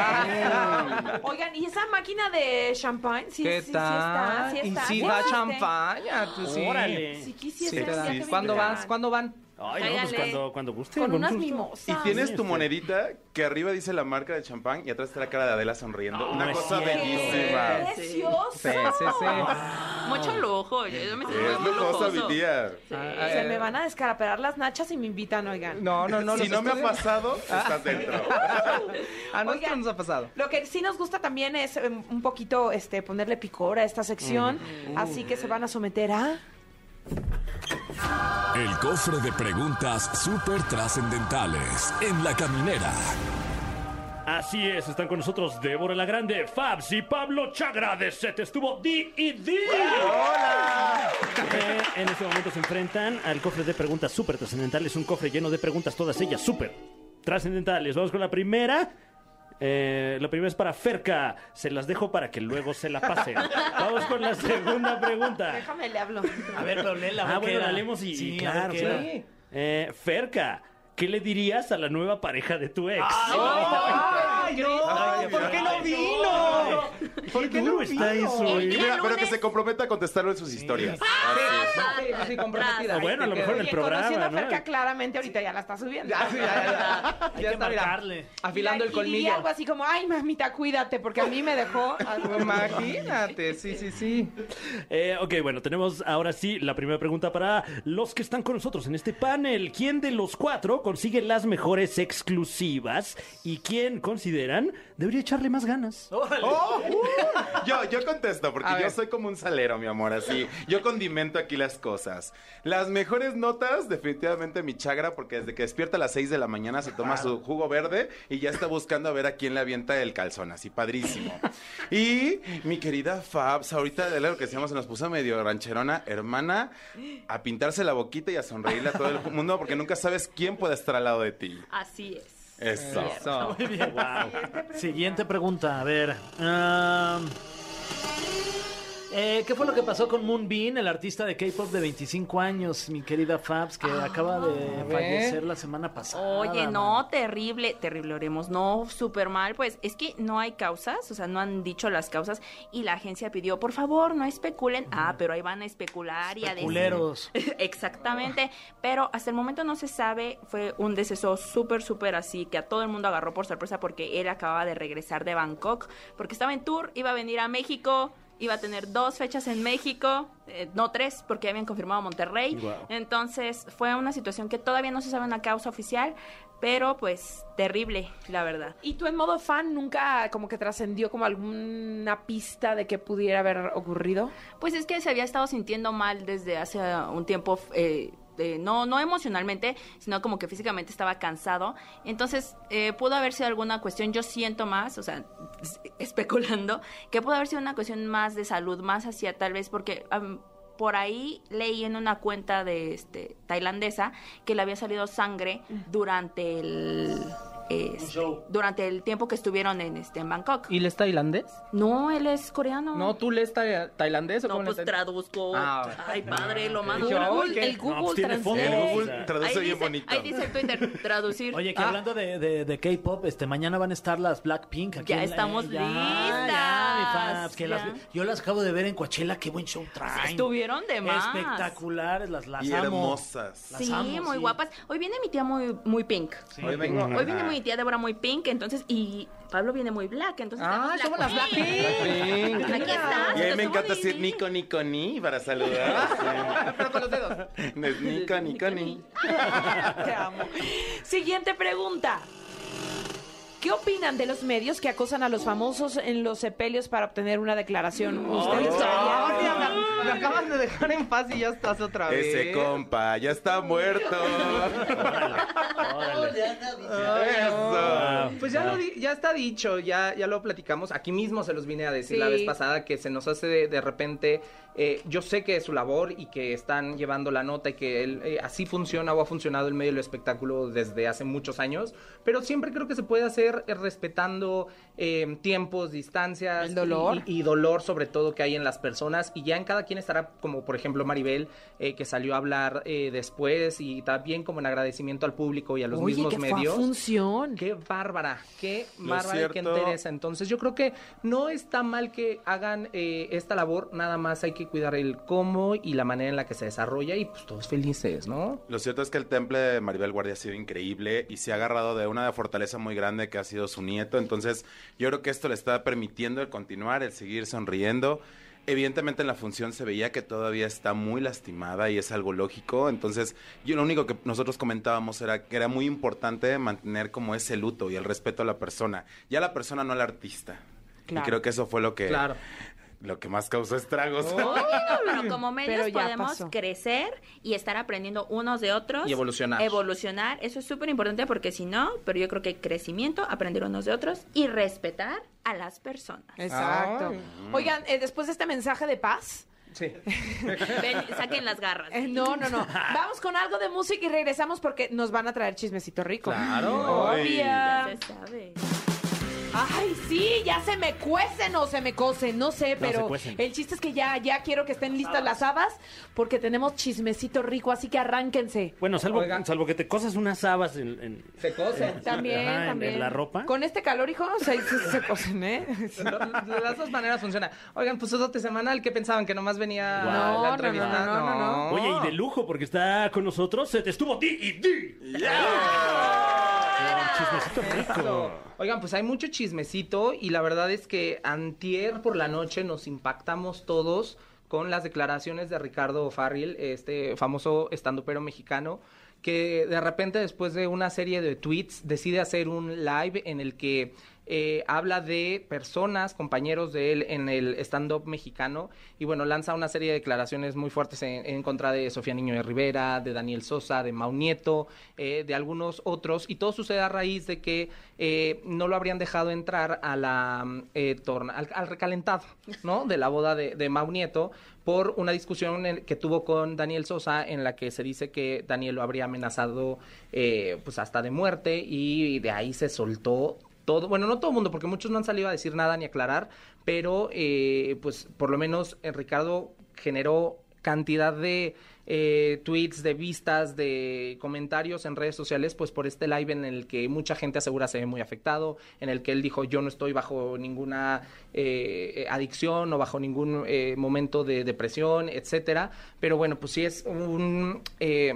S2: Oigan, ¿y esa máquina de champagne? Sí,
S9: ¿Qué
S2: sí, sí está,
S9: tal?
S2: sí está.
S9: y si
S2: ¿Ya
S9: da
S2: fuiste?
S9: champaña, tú sí.
S3: Órale.
S2: Si
S9: Sí,
S2: quisiera.
S9: te
S2: ya
S9: da.
S2: que me
S9: ¿Cuándo
S2: invitaran.
S9: vas? ¿Cuándo van?
S3: Ay, no, pues
S8: Cáigale.
S3: cuando, cuando guste.
S2: Con unas
S3: gusto.
S7: Y
S2: mimosas.
S7: tienes
S3: sí,
S7: tu
S3: este.
S7: monedita que arriba dice la marca de champán y atrás está la cara de Adela sonriendo.
S3: No,
S7: Una
S3: no es
S7: cosa
S3: cierto.
S7: bellísima.
S8: Sí.
S2: ¡Precioso!
S9: Sí, sí, sí.
S8: Mucho lujo. Yo, yo me siento
S7: Ah. Es
S8: muy
S7: lujosa
S8: lujoso.
S7: mi tía.
S9: Ah,
S2: Se
S9: eh,
S2: me van a descaraperar las nachas y me invitan, oigan.
S9: No, no, no.
S7: si
S9: los
S7: no me ha
S9: estudios-
S7: pasado,
S3: Ah.
S7: estás dentro.
S9: A nosotros
S2: Oigan.
S9: nos ha pasado.
S2: Lo que sí nos gusta también es em, un poquito este ponerle picor a esta sección,
S9: Mm.
S2: así que se van a someter a
S1: El cofre de preguntas súper trascendentales en la caminera.
S3: Así es, están con nosotros Débora la Grande, Fabs y Pablo Chagra de Set Estuvo D y D.
S7: ¡Hola!
S3: Eh, en este momento se enfrentan al cofre de preguntas súper trascendentales, un cofre lleno de preguntas, todas ellas súper trascendentales. Vamos con la primera. Eh, la primera es para Ferca. Se las dejo para que luego se la pasen. Vamos con la segunda pregunta.
S2: Déjame le hablo.
S4: A ver, pero léela.
S3: Ah,
S4: ¿qué
S3: bueno,
S4: era?
S3: la leemos y,
S4: Sí,
S3: y
S4: a ver
S3: claro,
S4: qué
S3: claro.
S4: era.
S3: Eh, Ferca, ¿qué le dirías a la nueva pareja de tu ex?
S9: ¡Ay, no! ¿Por qué no vino?
S3: ¿Por qué no está eso?
S8: El
S7: Y
S3: eh?
S8: día
S7: mira, pero que
S8: lunes-
S7: se comprometa a contestarlo en sus historias. Así es.
S9: Sí, sí, comprometida.
S3: O bueno, a lo mejor en el
S2: Oye,
S3: programa,
S2: conociendo a
S3: ¿no?
S2: Ferca claramente ahorita ya la está subiendo.
S9: Ya, sí, ya, ya, ya.
S4: Hay
S9: Ya
S4: que
S9: está, mira,
S4: marcarle.
S9: afilando el
S2: Y diría
S9: colmillo.
S2: algo así como, ay, mamita, cuídate, porque a mí me dejó.
S9: Imagínate, Este, sí, sí, sí.
S3: Eh, ok, bueno, tenemos ahora sí la primera pregunta para los que están con nosotros en este panel. ¿Quién de los cuatro consigue las mejores exclusivas y quién consideran debería echarle más ganas?
S4: Órale.
S7: ¡Oh! ¡Uh! Yo, yo contesto, porque
S9: A
S7: yo
S9: ver.
S7: soy como un salero, mi amor, así. Yo condimento aquí las cosas. Las mejores notas, definitivamente mi chagra, porque desde que despierta a las 6 de la mañana se toma su jugo verde y ya está buscando a ver a quién le avienta el calzón, así padrísimo. Y mi querida Fabs, ahorita de lo que decíamos se nos puso medio rancherona, hermana, a pintarse la boquita y a sonreírle a todo el mundo, porque nunca sabes quién puede estar al lado de ti.
S8: Así es.
S7: Eso.
S9: Eso.
S4: Muy bien. Siguiente pregunta, a ver. ah, eh, ¿Qué fue lo que pasó con Moonbin, el artista de K-pop de 25 años, mi querida Fabs, que acaba de
S9: ver.
S4: fallecer la semana pasada?
S8: Ah, Oye,
S4: man?
S8: no, terrible, terrible, oremos, no, súper mal, pues es que no hay causas, o sea, no han dicho las causas y la agencia pidió, por favor, no especulen, ah, pero ahí van a especular y a decir.
S4: Culeros.
S8: Exactamente, pero hasta el momento no se sabe, fue un deceso súper, súper así, que a todo el mundo agarró por sorpresa porque él acababa de regresar de Bangkok, porque estaba en tour, iba a venir a México, iba a tener dos fechas en México, eh, no tres, porque habían confirmado Monterrey,
S3: Guau.
S8: entonces fue una situación que todavía no se sabe una causa oficial, pero pues terrible, la verdad.
S2: Y tú en modo fan nunca como que trascendió como alguna pista de que pudiera haber ocurrido.
S8: Pues es que se había estado sintiendo mal desde hace un tiempo, eh, de- no, no emocionalmente, sino como que físicamente estaba cansado. Entonces, eh, pudo haber sido alguna cuestión, yo siento más, o sea, es- especulando, que pudo haber sido una cuestión más de salud, más hacia tal vez porque... am, por ahí leí en una cuenta de este tailandesa que le había salido sangre durante el este,
S4: show.
S8: durante el tiempo que estuvieron en este en Bangkok.
S9: ¿Y le es tailandés?
S8: No, él es coreano.
S9: No, ¿tú lees ta- tailandés o
S8: No,
S9: cómo le
S8: pues
S9: enten-
S8: traduzco.
S9: Ah, bueno.
S8: Ay, padre, lo más
S9: Dije, "Ah,
S8: duro.
S9: "Ay, qué-
S2: el Google
S3: No, pues tiene fotos.
S7: El
S2: Translate.
S7: Google traduce
S8: ahí,
S7: bien
S8: dice,
S7: bonito.
S8: ahí dice el Twitter, traducir.
S4: Oye, que
S8: Ah,
S4: hablando de, de- de K-pop, este, mañana van a estar las Blackpink. aquí
S8: Ya
S4: en la-
S8: estamos
S4: ya,
S8: listas,
S4: ya, mi Fabs, que las-
S8: ya.
S4: yo las acabo de ver en Coachella, qué buen show traen.
S8: Estuvieron de más.
S4: Espectaculares, las, las
S7: Y
S4: amo.
S7: hermosas.
S4: Las
S8: Sí,
S4: amo,
S8: muy
S4: sí.
S8: guapas. Hoy viene mi tía muy, muy pink.
S7: Hoy vengo.
S8: Hoy viene
S7: ajá.
S8: mi tía Débora muy pink, entonces, y Pablo viene muy black, entonces.
S9: Ah,
S8: tenemos
S9: somos las Blackpink.
S7: Y a
S8: Aquí estás.
S7: mí me
S8: entonces,
S7: encanta
S8: somos
S7: decir
S8: Disney.
S7: Nico, Nico, Ni para saludar.
S9: Pero con los dedos.
S7: Sí. Es Nico, Nico, Ni.
S2: Te amo. Siguiente pregunta. ¿Qué opinan de los medios que acosan a los famosos en los sepelios para obtener una declaración? ¿Ustedes sabían?
S9: me, me acabas de dejar en paz y ya estás otra vez.
S7: Ese compa ya está muerto. Eso.
S9: Pues ya, lo di- ya está dicho, ya, ya lo platicamos. Aquí mismo se los vine a decir la
S2: Sí.
S9: vez pasada que se nos hace de, de repente. eh, yo sé que es su labor y que están llevando la nota y que el- eh, así funciona o ha funcionado el medio del espectáculo desde hace muchos años, pero siempre creo que se puede hacer eh, respetando eh, tiempos, distancias
S2: El dolor.
S9: y- y dolor sobre todo que hay en las personas y ya en cada quien estará como por ejemplo Maribel eh, que salió a hablar eh, después y también como en agradecimiento al público y a los
S2: Oye,
S9: mismos
S2: que fue a
S9: medios.
S2: función.
S9: Qué bárbara. Ajá, qué
S7: Lo
S9: bárbara y qué
S7: cierto-
S9: entereza. Entonces yo creo que no está mal que hagan eh, esta labor, nada más hay que cuidar el cómo y la manera en la que se desarrolla y pues todos felices, ¿no?
S7: Lo cierto es que el temple de Maribel Guardia ha sido increíble y se ha agarrado de una fortaleza muy grande que ha sido su nieto. Entonces, yo creo que esto le está permitiendo el continuar, el seguir sonriendo. Evidentemente en la función se veía que todavía está muy lastimada y es algo lógico. Entonces, yo lo único que nosotros comentábamos era que era muy importante mantener como ese luto y el respeto a la persona. Ya la persona, no al artista. Y
S2: Claro.
S7: creo que eso fue lo que,
S9: Claro.
S7: lo que más causó estragos.
S8: Digo, pero como medios
S2: Pero ya
S8: podemos
S2: pasó.
S8: crecer y estar aprendiendo unos de otros.
S9: Y evolucionar.
S8: Evolucionar, eso es súper importante porque si no, pero yo creo que crecimiento, aprender unos de otros y respetar a las personas.
S2: Exacto. Oigan, eh, después de este mensaje de paz.
S9: Sí.
S8: Ven, saquen las garras.
S2: eh, no, no, no. Vamos con algo de música y regresamos porque nos van a traer chismecito rico.
S9: Claro.
S8: Ya
S2: Obvia.
S8: se sabe.
S2: Ay, sí, ya se me cuecen o se me cocen, no sé,
S3: se
S2: pero
S3: cuecen.
S2: el chiste es que ya, ya quiero que estén listas las habas porque tenemos chismecito rico, así que arránquense.
S3: Bueno, salvo,
S9: Oiga.
S3: salvo que te cosas unas habas en... en-
S9: Se cosen.
S2: También,
S3: Ajá, en- en
S2: también.
S3: la ropa.
S2: Con este calor, hijo, se, se- se cocen, ¿eh?
S9: No, De las dos maneras funciona. Oigan, pues dote semanal, ¿qué pensaban? ¿Que nomás venía
S3: Guau.
S9: a
S2: No, no,
S9: la entrevista?
S2: no, no, no, no.
S3: Oye, y de lujo, porque está con nosotros, se te estuvo ti y ti. Chismecito rico.
S9: Oigan, pues hay mucho chismecito y la verdad es que antier por la noche nos impactamos todos con las declaraciones de Ricardo Farril, este famoso estandopero mexicano, que de repente después de una serie de tweets decide hacer un live en el que eh, habla de personas, compañeros de él en el stand-up mexicano y bueno, lanza una serie de declaraciones muy fuertes en, en contra de Sofía Niño de Rivera, de Daniel Sosa, de Mau Nieto, eh, de algunos otros y todo sucede a raíz de que eh, no lo habrían dejado entrar a la mm, eh, torna, al, al recalentado, ¿no? De la boda de, de Mau Nieto por una discusión en- que tuvo con Daniel Sosa en la que se dice que Daniel lo habría amenazado eh, pues hasta de muerte y de ahí se soltó todo, bueno, no todo el mundo, porque muchos no han salido a decir nada ni aclarar, pero eh, pues por lo menos eh, Ricardo generó cantidad de eh, tweets, de vistas, de comentarios en redes sociales, pues por este live en el que mucha gente asegura se ve muy afectado, en el que él dijo yo no estoy bajo ninguna eh, eh, adicción o bajo ningún eh, momento de depresión, etcétera, pero bueno, pues sí es un... eh,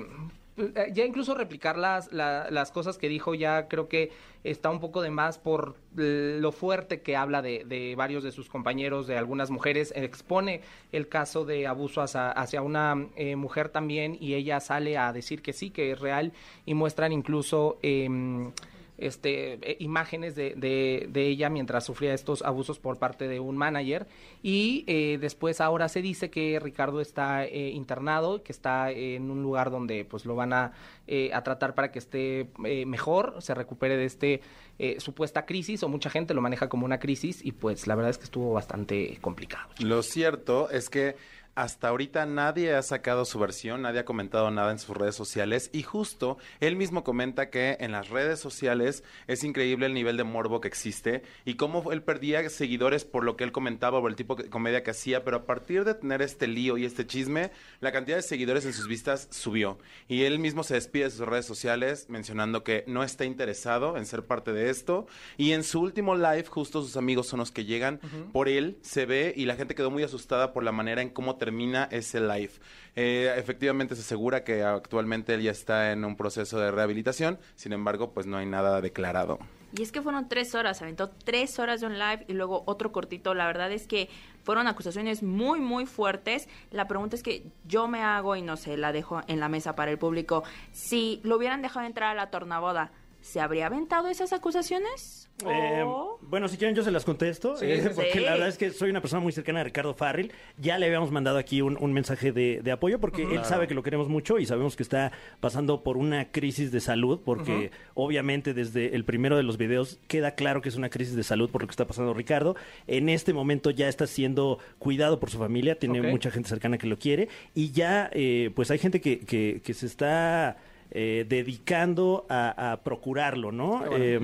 S9: eh, ya incluso replicar las, la- las cosas que dijo ya creo que está un poco de más por eh, lo fuerte que habla de, de varios de sus compañeros, de algunas mujeres. Expone el caso de abuso hacia, hacia una eh, mujer también y ella sale a decir que sí, que es real y muestran incluso... em, este, eh, imágenes de, de- de ella mientras sufría estos abusos por parte de un manager. Y eh, después ahora se dice que Ricardo está eh, internado, que está eh, en un lugar donde pues lo van a, eh, a tratar para que esté eh, mejor, se recupere de este eh, supuesta crisis, o mucha gente lo maneja como una crisis, y pues la verdad es que estuvo bastante complicado.
S7: Lo cierto es que hasta ahorita nadie ha sacado su versión, nadie ha comentado nada en sus redes sociales y justo él mismo comenta que en las redes sociales es increíble el nivel de morbo que existe y cómo él perdía seguidores por lo que él comentaba o el tipo de comedia que hacía, pero a partir de tener este lío y este chisme, la cantidad de seguidores en sus vistas subió y él mismo se despide de sus redes sociales mencionando que no está interesado en ser parte de esto y en su último live justo sus amigos son los que llegan por él, se ve y la gente quedó muy asustada por la manera en cómo termina ese live. Eh, efectivamente se asegura que actualmente él ya está en un proceso de rehabilitación, sin embargo pues no hay nada declarado.
S8: Y es que fueron tres horas, se aventó tres horas de un live y luego otro cortito. La verdad es que fueron acusaciones muy, muy fuertes. La pregunta es que yo me hago y no sé, la dejo en la mesa para el público. Si lo hubieran dejado entrar a la tornaboda, ¿se habría aventado esas acusaciones?
S3: Eh,
S8: ¿O-
S3: bueno, si quieren yo se las contesto,
S9: Sí,
S3: eh,
S9: sí,
S3: porque
S8: sí.
S3: la verdad es que soy una persona muy cercana a Ricardo Farril. Ya le habíamos mandado aquí un, un mensaje de, de apoyo porque él sabe que lo queremos mucho y sabemos que está pasando por una crisis de salud, porque obviamente desde el primero de los videos queda claro que es una crisis de salud por lo que está pasando Ricardo. En este momento ya está siendo cuidado por su familia, tiene
S9: Ok.
S3: mucha gente cercana que lo quiere y ya eh, pues hay gente que, que- que se está... eh, dedicando a, Em, a procurarlo, ¿no? Eh,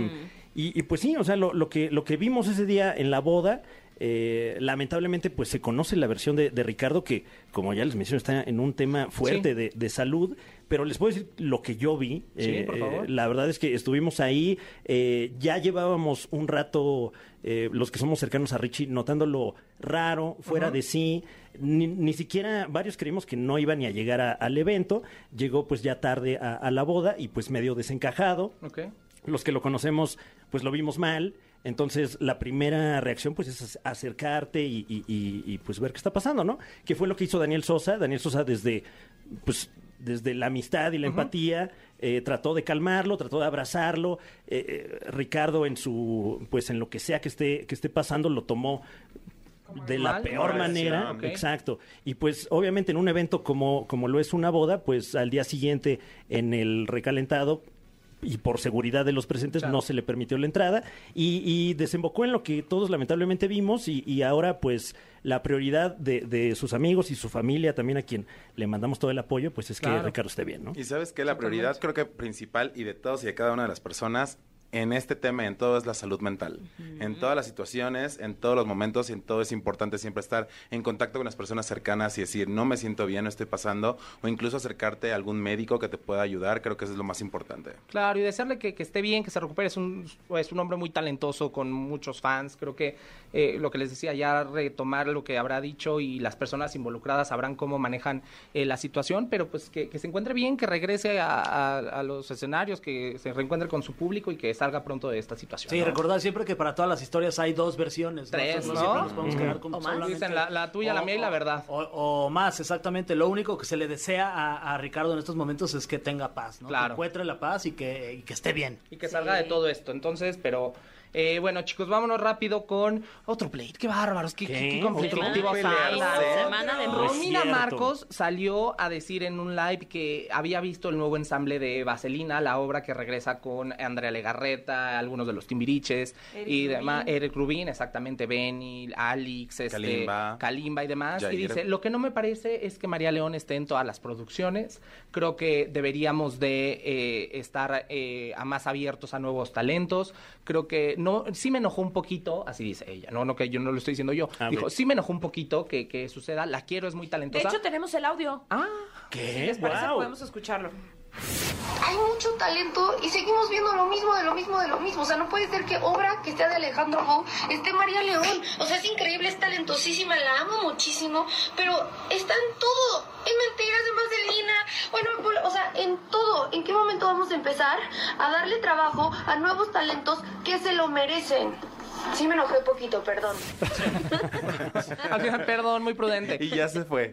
S3: y, y pues sí, o sea, lo, lo que, lo que vimos ese día en la boda eh, lamentablemente pues se conoce la versión de, de Ricardo que, como ya les mencioné, está en un tema fuerte
S9: Sí.
S3: de, de salud, pero les puedo decir lo que yo vi. eh,
S9: Sí, por favor.
S3: la verdad es que estuvimos ahí, eh, ya llevábamos un rato, eh, los que somos cercanos a Richie, notándolo raro, fuera de sí. Ni, ni siquiera varios creímos que no iba ni a llegar a- al evento, llegó pues ya tarde a, a la boda y pues medio desencajado
S9: Ok.
S3: los que lo conocemos, pues lo vimos mal. Entonces, la primera reacción, pues, es ac- acercarte y, y- y- y, pues, ver qué está pasando, ¿no? Que fue lo que hizo Daniel Sosa. Daniel Sosa desde, pues, desde la amistad y la empatía, eh, trató de calmarlo, trató de abrazarlo. Eh, eh, Ricardo, en su, pues, en lo que sea que esté, que esté pasando, lo tomó de la
S9: Mal.
S3: peor
S7: Como
S3: manera.
S7: reacción,
S9: ok.
S3: Exacto. Y pues obviamente en un evento como, como lo es una boda, pues al día siguiente en el recalentado y por seguridad de los presentes
S9: Claro.
S3: no se le permitió la entrada y, y desembocó en lo que todos lamentablemente vimos y, y ahora pues la prioridad de, de sus amigos y su familia también a quien le mandamos todo el apoyo pues es que
S9: Claro.
S3: Ricardo esté bien, ¿no?
S7: Y sabes que la prioridad creo que principal y de todos y de cada una de las personas en este tema y en todo es la salud mental. En todas las situaciones, en todos los momentos y en todo es importante siempre estar en contacto con las personas cercanas y decir, no me siento bien, no estoy pasando, o incluso acercarte a algún médico que te pueda ayudar, creo que eso es lo más importante.
S9: Claro, y desearle que, que esté bien, que se recupere. Es un, es un hombre muy talentoso, con muchos fans. Creo que eh, lo que les decía, ya retomar lo que habrá dicho y las personas involucradas sabrán cómo manejan eh, la situación, pero pues que, que se encuentre bien, que regrese a, a- a los escenarios, que se reencuentre con su público y que salga pronto de esta situación.
S4: Sí,
S9: ¿no?
S4: recordad siempre que para todas las historias hay dos versiones.
S9: Tres,
S4: Entonces,
S9: ¿no?
S4: siempre nos podemos quedar con
S8: O más.
S4: solamente-
S9: Dicen la- la tuya, la mía y la verdad.
S4: O, o más, exactamente. Lo único que se le desea a, a Ricardo en estos momentos es que tenga paz, ¿no?
S9: Claro.
S4: Que encuentre la paz y que, y que esté bien.
S9: Y que salga de todo esto. Entonces, pero eh, bueno, chicos, vámonos rápido con otro plate. Qué bárbaros, qué, qué- qué
S3: ¿Qué?
S9: conflictivo
S8: Otro
S9: fans.
S8: pelearse. Semana de
S9: No
S8: embrujos.
S9: es Romina
S3: cierto.
S9: Marcos salió a decir en un live que había visto el nuevo ensamble de Vaselina, la obra que regresa con Andrea Legarreta, algunos de los Timbiriches
S2: Eric
S9: y demás.
S2: Rubin.
S9: Eric Rubin, exactamente, Benny, Alex, este,
S7: Kalimba.
S9: Kalimba y demás.
S7: Yair.
S9: Y dice, lo que no me parece es que María León esté en todas las producciones. Creo que deberíamos de eh, estar eh, a más abiertos a nuevos talentos. Creo que no, sí me enojó un poquito, así dice ella. No, no que yo no lo estoy diciendo yo.
S3: A
S9: Dijo,
S3: ver.
S9: sí me enojó un poquito que, que suceda. La quiero, es muy
S2: De
S9: talentosa.
S2: hecho, tenemos el audio.
S9: ah,
S3: ¿Qué?
S2: Si les parece,
S3: ¡Guau!
S2: podemos escucharlo.
S10: hay mucho talento y seguimos viendo lo mismo, de lo mismo, de lo mismo. O sea, no puede ser que obra que sea de Alejandro Gou esté María León. O sea, es increíble, es talentosísima, la amo muchísimo, pero está en todo. En mentiras de Marcelina, bueno, en pol- o sea, en todo. ¿En qué momento vamos a empezar a darle trabajo a nuevos talentos que se lo merecen? Sí me enojé poquito, perdón.
S9: al final, perdón, muy prudente.
S7: Y ya se fue.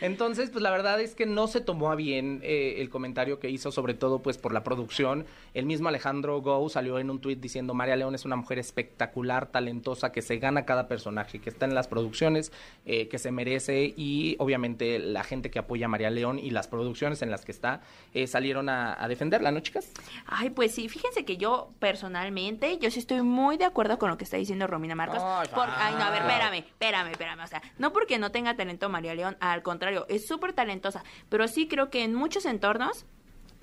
S9: Entonces, pues la verdad es que no se tomó a bien eh, el comentario que hizo, sobre todo pues por la producción. El mismo Alejandro Go salió en un tuit diciendo, María León es una mujer espectacular, talentosa, que se gana cada personaje, que está en las producciones, eh, que se merece y obviamente la gente que apoya a María León y las producciones en las que está eh, salieron a, a defenderla, ¿no, chicas?
S8: Ay, pues sí, fíjense que yo personalmente, yo sí estoy muy de acuerdo con lo que está diciendo Romina Marcos.
S9: Ay,
S8: por- ay, no, a ver,
S9: claro.
S8: espérame, espérame, espérame. O sea, no porque no tenga talento María León, al contrario, es súper talentosa. Pero sí creo que en muchos entornos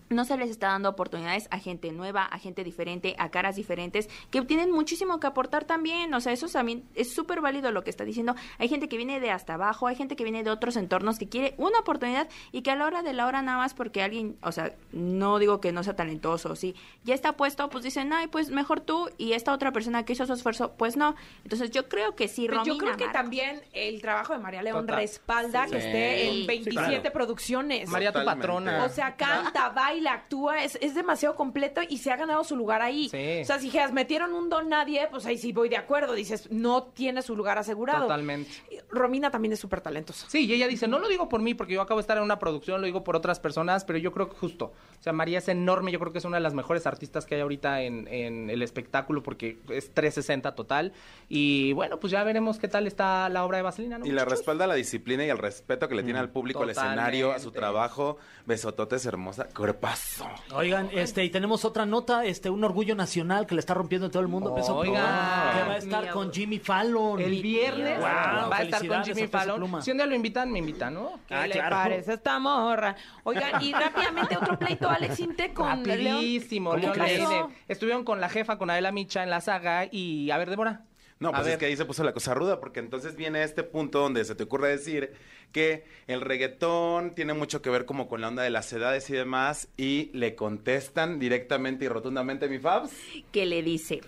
S8: no se les está dando oportunidades a gente nueva, a gente diferente, a caras diferentes, que tienen muchísimo que aportar también. O sea, eso también es súper válido lo que está diciendo. Hay gente que viene de hasta abajo, hay gente que viene de otros entornos que quiere una oportunidad y que a la hora de la hora nada más porque alguien, o sea, no digo que no sea talentoso, sí, ya está puesto, pues dicen, ay, pues mejor tú y esta otra persona que hizo su esfuerzo, pues no. Entonces yo creo que sí,
S2: Pero
S8: Romina
S2: Pues, yo creo que
S8: Marcos.
S2: también el trabajo de María León
S9: Total.
S2: respalda
S9: Sí.
S2: que esté
S9: Sí,
S2: en 27
S7: claro.
S2: producciones.
S9: María, tu
S7: Totalmente.
S9: patrona.
S2: O sea, canta, baila, actúa, es, es demasiado completo y se ha ganado su lugar ahí.
S9: Sí.
S2: O sea, si dijeras, metieron un don nadie, pues ahí sí voy de acuerdo. Dices, no tiene su lugar asegurado.
S9: Totalmente.
S2: Y Romina también es súper talentosa.
S9: Sí, y ella dice, no lo digo por mí, porque yo acabo de estar en una producción, lo digo por otras personas, pero yo creo que justo. O sea, María es enorme, yo creo que es una de las mejores artistas que hay ahorita en, en el espectáculo, porque es 360 total. Y bueno, pues ya veremos qué tal está la obra de Vaselina, ¿no?
S7: Y la
S9: muchachos?
S7: respalda a la disciplina y al respeto que le tiene al público, al escenario, a su
S9: Mm, Totalmente.
S7: trabajo. Besototes, hermosa. Cuerpazo.
S4: Oigan, este, y tenemos otra nota, este, un orgullo nacional que le está rompiendo en todo el mundo. Peso
S9: Oigan.
S4: Pluma, que va a estar
S8: Mira.
S4: con Jimmy Fallon.
S9: El viernes
S4: Wow,
S9: va a estar con
S4: felicidades a
S9: Jimmy
S4: Peso Pluma.
S9: Fallon. Si un día lo invitan, me invitan, ¿no?
S2: ¿Qué
S3: Ah,
S2: le
S3: claro.
S2: parece esta morra? Oigan, y rápidamente otro pleito, Alex Inte con León.
S9: Rapidísimo,
S4: ¿Cómo
S9: León
S4: crees?
S9: Leine. Estuvieron con la jefa, con Adela Micha en la saga y, a ver, Débora.
S7: No,
S9: A
S7: pues es
S9: ver.
S7: que ahí se puso la cosa ruda, porque entonces viene este punto donde se te ocurre decir que el reggaetón tiene mucho que ver como con la onda de las edades y demás, y le contestan directamente y rotundamente, mi Fabs.
S8: que le dice,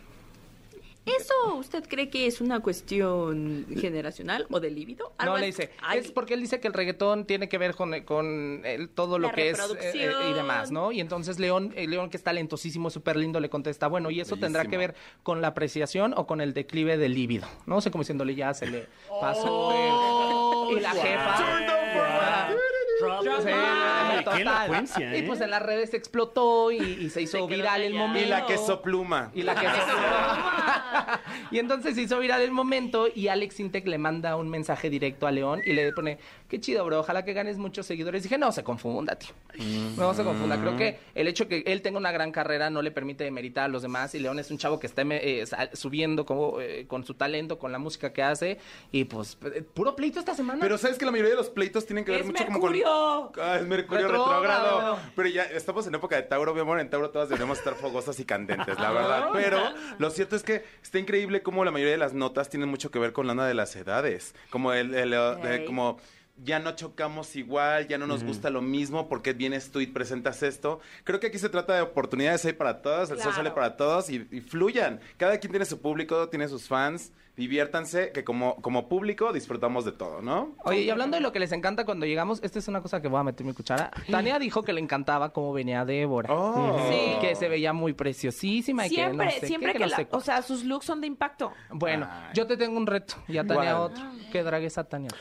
S8: ¿eso usted cree que es una cuestión generacional o de líbido? Algo
S9: No, le
S8: así.
S9: dice.
S8: Ay,
S9: Es porque él dice que el reggaetón tiene que ver con, con el- todo lo
S8: La
S9: que es eh,
S8: reproducción.
S9: y demás, ¿no? Y entonces León, eh, León que es talentosísimo, súper lindo, le contesta, bueno, ¿y eso tendrá que ver
S7: Bellísimo.
S9: con la apreciación o con el declive del líbido? No sé cómo diciéndole, ya se le pasó.
S8: Oh,
S9: eh. y la jefa.
S4: Drop.
S9: Sí,
S3: Ay, qué
S9: total.
S3: elocuencia,
S9: Y
S3: ¿eh?
S9: pues en las redes explotó y, y se hizo
S8: quedó
S9: viral el
S8: callada.
S9: momento.
S7: Y la que sopluma.
S9: Y la que y entonces se hizo viral el momento y Alex Intec le manda un mensaje directo a León y le pone, qué chido, bro, ojalá que ganes muchos seguidores. dije, no se confunda, tío. No se confunda. Creo que el hecho que él tenga una gran carrera no le permite demeritar a los demás y León es un chavo que está eh, sal- subiendo como, eh, con su talento, con la música que hace y pues p- puro pleito esta semana.
S7: Pero sabes que la mayoría de los pleitos tienen que ver
S2: ¡Es
S7: mucho como
S2: Mercurio!
S7: con. Ah, es Mercurio
S9: Retrógrado.
S7: retrógrado. Pero ya estamos en época de Tauro, mi amor. En Tauro todas debemos estar fogosas y candentes, la verdad. Pero lo cierto es que está increíble cómo la mayoría de las notas tienen mucho que ver con la onda de las edades. Como el, el, eh, de-
S8: Ok.
S7: como ya no chocamos igual, ya no nos gusta lo mismo, porque vienes tú y presentas esto. Creo que aquí se trata de oportunidades hay para todas, el sol sale
S2: Claro.
S7: para todos y, y fluyan. Cada quien tiene su público, tiene sus fans. Diviértanse, que como, como público disfrutamos de todo, ¿no?
S9: Oye, y hablando de lo que les encanta cuando llegamos, esta es una cosa que voy a meter mi cuchara. Tania dijo que le encantaba cómo venía Débora.
S7: Oh.
S9: Sí. Que se veía muy preciosísima y que
S2: Siempre,
S9: no sé qué,
S2: siempre que,
S9: que no
S2: la-
S9: sé cu-
S2: o sea, sus looks son de impacto.
S9: Bueno,
S7: Ay.
S9: yo te tengo un reto y a Tania
S7: ¿Cuál?
S9: otro. Que dragues a Tania.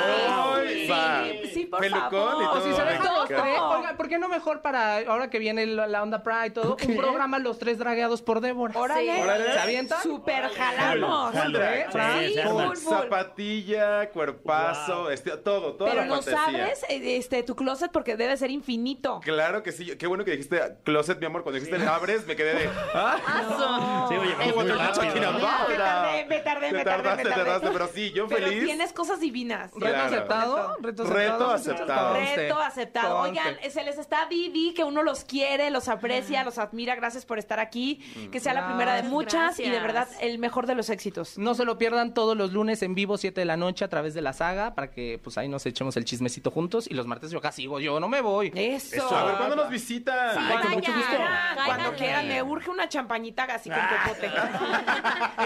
S7: Ay, va.
S2: Sí, sí, por
S7: Pelucón
S2: favor.
S7: y todo.
S9: O si se ven
S7: Ay,
S9: todos
S7: qué-
S9: tres, oigan, ¿por qué no mejor para ahora que viene la la onda Pride y todo, un programa los tres dragueados por Débora?
S2: Órale.
S7: Órale.
S9: ¿Se avientan?
S2: Super jalamos.
S3: Jalo,
S9: ¿Eh,
S3: Sí,
S9: Fran?
S3: se
S7: Con
S3: arma.
S2: Fútbol.
S7: zapatilla, cuerpazo, este, todo, toda
S2: Pero
S7: la
S2: nos
S7: fantasía.
S2: abres eh, este, tu closet porque debe ser infinito.
S7: Claro que sí. Qué bueno que dijiste closet, mi amor. Cuando dijiste abres, me quedé de. ¡Ah!
S3: Sí, oye,
S7: Como
S3: muy
S7: otra
S3: rápido.
S7: máquina,
S2: Me
S7: va.
S2: tardé, me tardé,
S7: Te
S2: me tardé,
S7: tardaste,
S2: me
S7: te
S2: tardé.
S7: tardaste, pero sí, yo
S2: Pero
S7: feliz.
S2: tienes cosas divinas.
S9: ¿Reto
S7: Claro.
S9: aceptado?
S7: Reto aceptado.
S9: Conste.
S2: Reto aceptado.
S9: Conste.
S2: Oigan, se les está Didi, que uno los quiere, los aprecia, los admira. Gracias por estar aquí. Que sea la primera de
S8: Gracias,
S2: muchas y de
S8: gracias.
S2: verdad el mejor de los éxitos.
S9: No se lo pierdan todos los lunes en vivo, 7 de la noche, a través de la saga, para que pues ahí nos echemos el chismecito juntos. Y los martes yo acá sigo, yo no me voy.
S2: Eso.
S7: Eso, a ver, ¿cuándo nos visitan?
S9: Ay, con mucho gusto.
S2: Quieran, Cuando
S8: Cáiganle.
S2: quieran, me urge una champañita así con popote.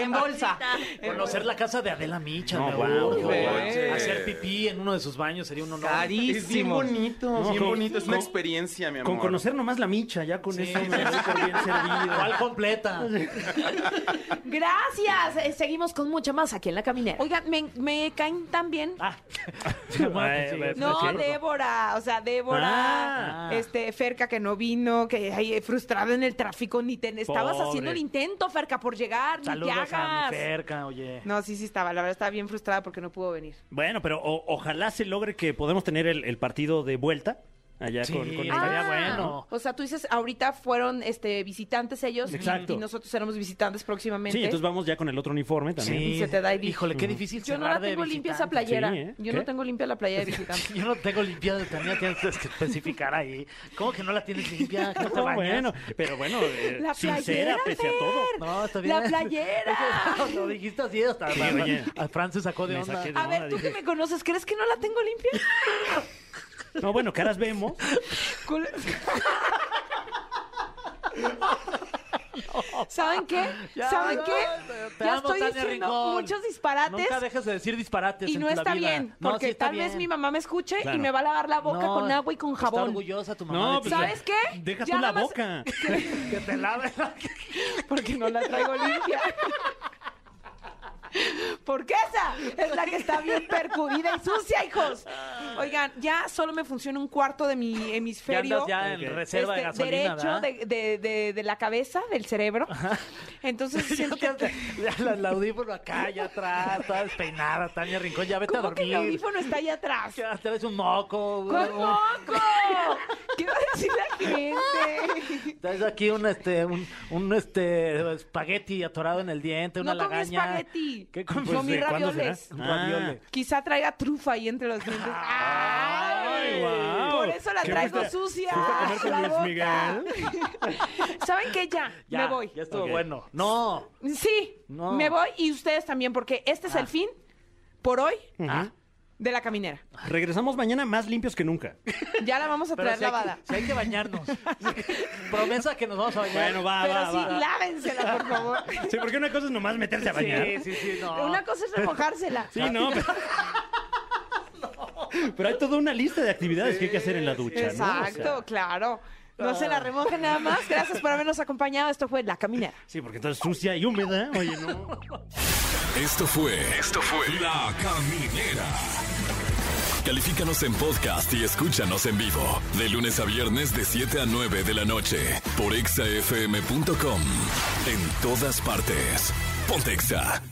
S9: en bolsa.
S4: Conocer la casa de Adela Micha.
S3: No,
S4: me
S3: guau,
S4: urge.
S9: güey.
S4: Hacer pipí en uno de sus baños sería un honor.
S7: Es bien
S9: Carísimo.
S7: bonito,
S3: No,
S7: bien
S3: con-
S7: bonito. Es una
S3: no.
S7: experiencia, mi amor.
S3: Con conocer nomás la micha, ya con eso me doy por bien servido.
S4: ¿Cuál completa?
S2: Gracias. Eh, Seguimos con mucho más aquí en la caminera. Oigan, me, me caen tan bien.
S4: Ah. pues
S2: No,
S3: Ok.
S2: Débora, o sea, Débora,
S4: Ah.
S2: este, Ferca que no vino, que ay, frustrado en el tráfico, ni te estabas
S4: Pobre.
S2: haciendo el intento, Ferca, por llegar, ni te
S4: Saludos a mi
S2: hagas.
S4: perca, oye.
S2: No, sí, sí estaba, la verdad estaba bien frustrada porque no pudo venir.
S3: Bueno, pero o- ojalá se logre que podamos tener el, el partido de vuelta allá
S4: Sí,
S3: con, con
S4: estaría
S3: esta-
S4: bueno.
S2: Ah. O sea, tú dices, ahorita fueron este visitantes ellos
S3: Exacto.
S2: y nosotros éramos visitantes próximamente.
S3: Sí, entonces vamos ya con el otro uniforme también.
S4: Sí.
S2: se te da y-
S4: Híjole, qué difícil
S2: Yo no
S4: cerrar
S2: la
S4: de
S2: tengo limpia esa
S4: visitante.
S2: playera.
S3: Sí, ¿eh?
S2: Yo
S3: ¿Qué?
S2: no tengo limpia la playera de visitantes.
S4: Yo no tengo limpiada, también tienes que especificar ahí. ¿Cómo que no la tienes limpia? ¿Cómo te
S3: No,
S4: bañas?
S3: bueno, pero bueno, eh,
S2: La
S3: sincera
S2: playera,
S3: pese a todo.
S4: No, está bien.
S2: ¡La playera!
S4: Lo dijiste así hasta
S3: Sí,
S4: hasta-
S3: oye.
S4: a Fran se sacó de
S3: Me
S4: onda.
S3: saqué de
S2: A ver,
S3: onda,
S2: tú que
S3: dije.
S2: me conoces, ¿crees que no la tengo limpia?
S3: No, bueno, caras vemos.
S2: ¿Cuál- ¿Saben qué?
S4: Ya,
S2: ¿Saben
S4: ya,
S2: qué?
S4: te
S2: ya
S4: amo,
S2: estoy
S4: Tania
S2: diciendo
S4: Rincón.
S2: muchos disparates
S4: Nunca dejes de decir disparates
S2: y
S4: en
S2: no
S4: tu- la
S2: está
S4: vida.
S2: bien,
S4: No,
S2: porque
S4: sí está
S2: tal vez
S4: bien.
S2: mi mamá me escuche
S3: Claro.
S2: y me va a lavar la boca
S4: No,
S2: con agua y con
S4: está
S2: jabón.
S4: orgullosa tu mamá.
S3: No,
S4: de
S3: pues
S4: ti.
S2: ¿Sabes qué? Ya
S3: Deja tú la
S2: nada más-
S3: boca.
S4: Que te lave la-
S2: Porque no la traigo limpia. Porque esa es la que está bien percudida y sucia, hijos. Oigan, ya solo me funciona un cuarto de mi
S4: Ya
S2: hemisferio.
S4: andas ya en
S3: Ok.
S4: reserva de
S2: este,
S4: gasolina,
S2: derecho
S4: ¿verdad?
S2: de, de- de- de la cabeza, del cerebro. Entonces
S4: Ya
S2: siento
S4: te-
S2: que...
S4: ya la- el audífono acá, ya atrás, está despeinada, Tania Rincón, ya vete a
S2: ¿Cómo que el
S4: dormir.
S2: audífono está ahí atrás?
S4: Ya traes un moco.
S2: ¡Con
S4: un-
S2: moco! ¿Qué va a decir la gente?
S4: Traes aquí un este un, un este espagueti atorado en el diente, una
S2: No comí
S4: lagaña.
S2: espagueti.
S4: ¿Qué comí?
S2: Pues, Comí
S3: ¿de cuándo
S2: ravioles.
S3: será? Ah,
S4: Raviole.
S2: Quizá traiga trufa ahí entre los dientes.
S3: Ay, guau.
S2: Por eso la
S11: ¿Qué
S2: traigo
S11: fuiste-
S2: sucia.
S11: fuiste a comer con
S2: la
S11: Luis
S2: boca.
S11: Miguel?
S2: ¿Saben qué? Ya,
S4: Ya,
S2: me voy.
S4: Ya estuvo
S3: Ok.
S4: bueno. No.
S2: Sí,
S4: No. Ah.
S2: me voy y ustedes también, porque este es el fin, por hoy,
S3: Ajá.
S2: de la caminera.
S3: Regresamos mañana más limpios que nunca.
S2: Ya la vamos a
S4: Pero
S2: traer
S4: si hay,
S2: lavada.
S4: que, si hay que bañarnos. Promesa que nos vamos a bañar.
S3: Bueno, va,
S2: Pero
S3: va,
S2: sí,
S3: va.
S2: lávensela, por favor.
S3: Sí, porque una cosa es nomás meterse a bañar.
S4: Sí, sí, sí, no.
S2: Una cosa es remojársela.
S3: Sí, no, pero... Pero hay toda una lista de actividades que hay que hacer en la ducha, ¿no? O sea,
S2: Exacto, claro. No se la remoje nada más. Gracias por habernos acompañado. Esto fue La Caminera.
S3: sí, porque entonces sucia y húmeda. Oye, no.
S1: Esto fue. Esto fue. La Caminera. Califícanos en podcast y escúchanos en vivo. De lunes a viernes, de 7 a 9 de la noche. Por exafm.com. En todas partes. Pontexa.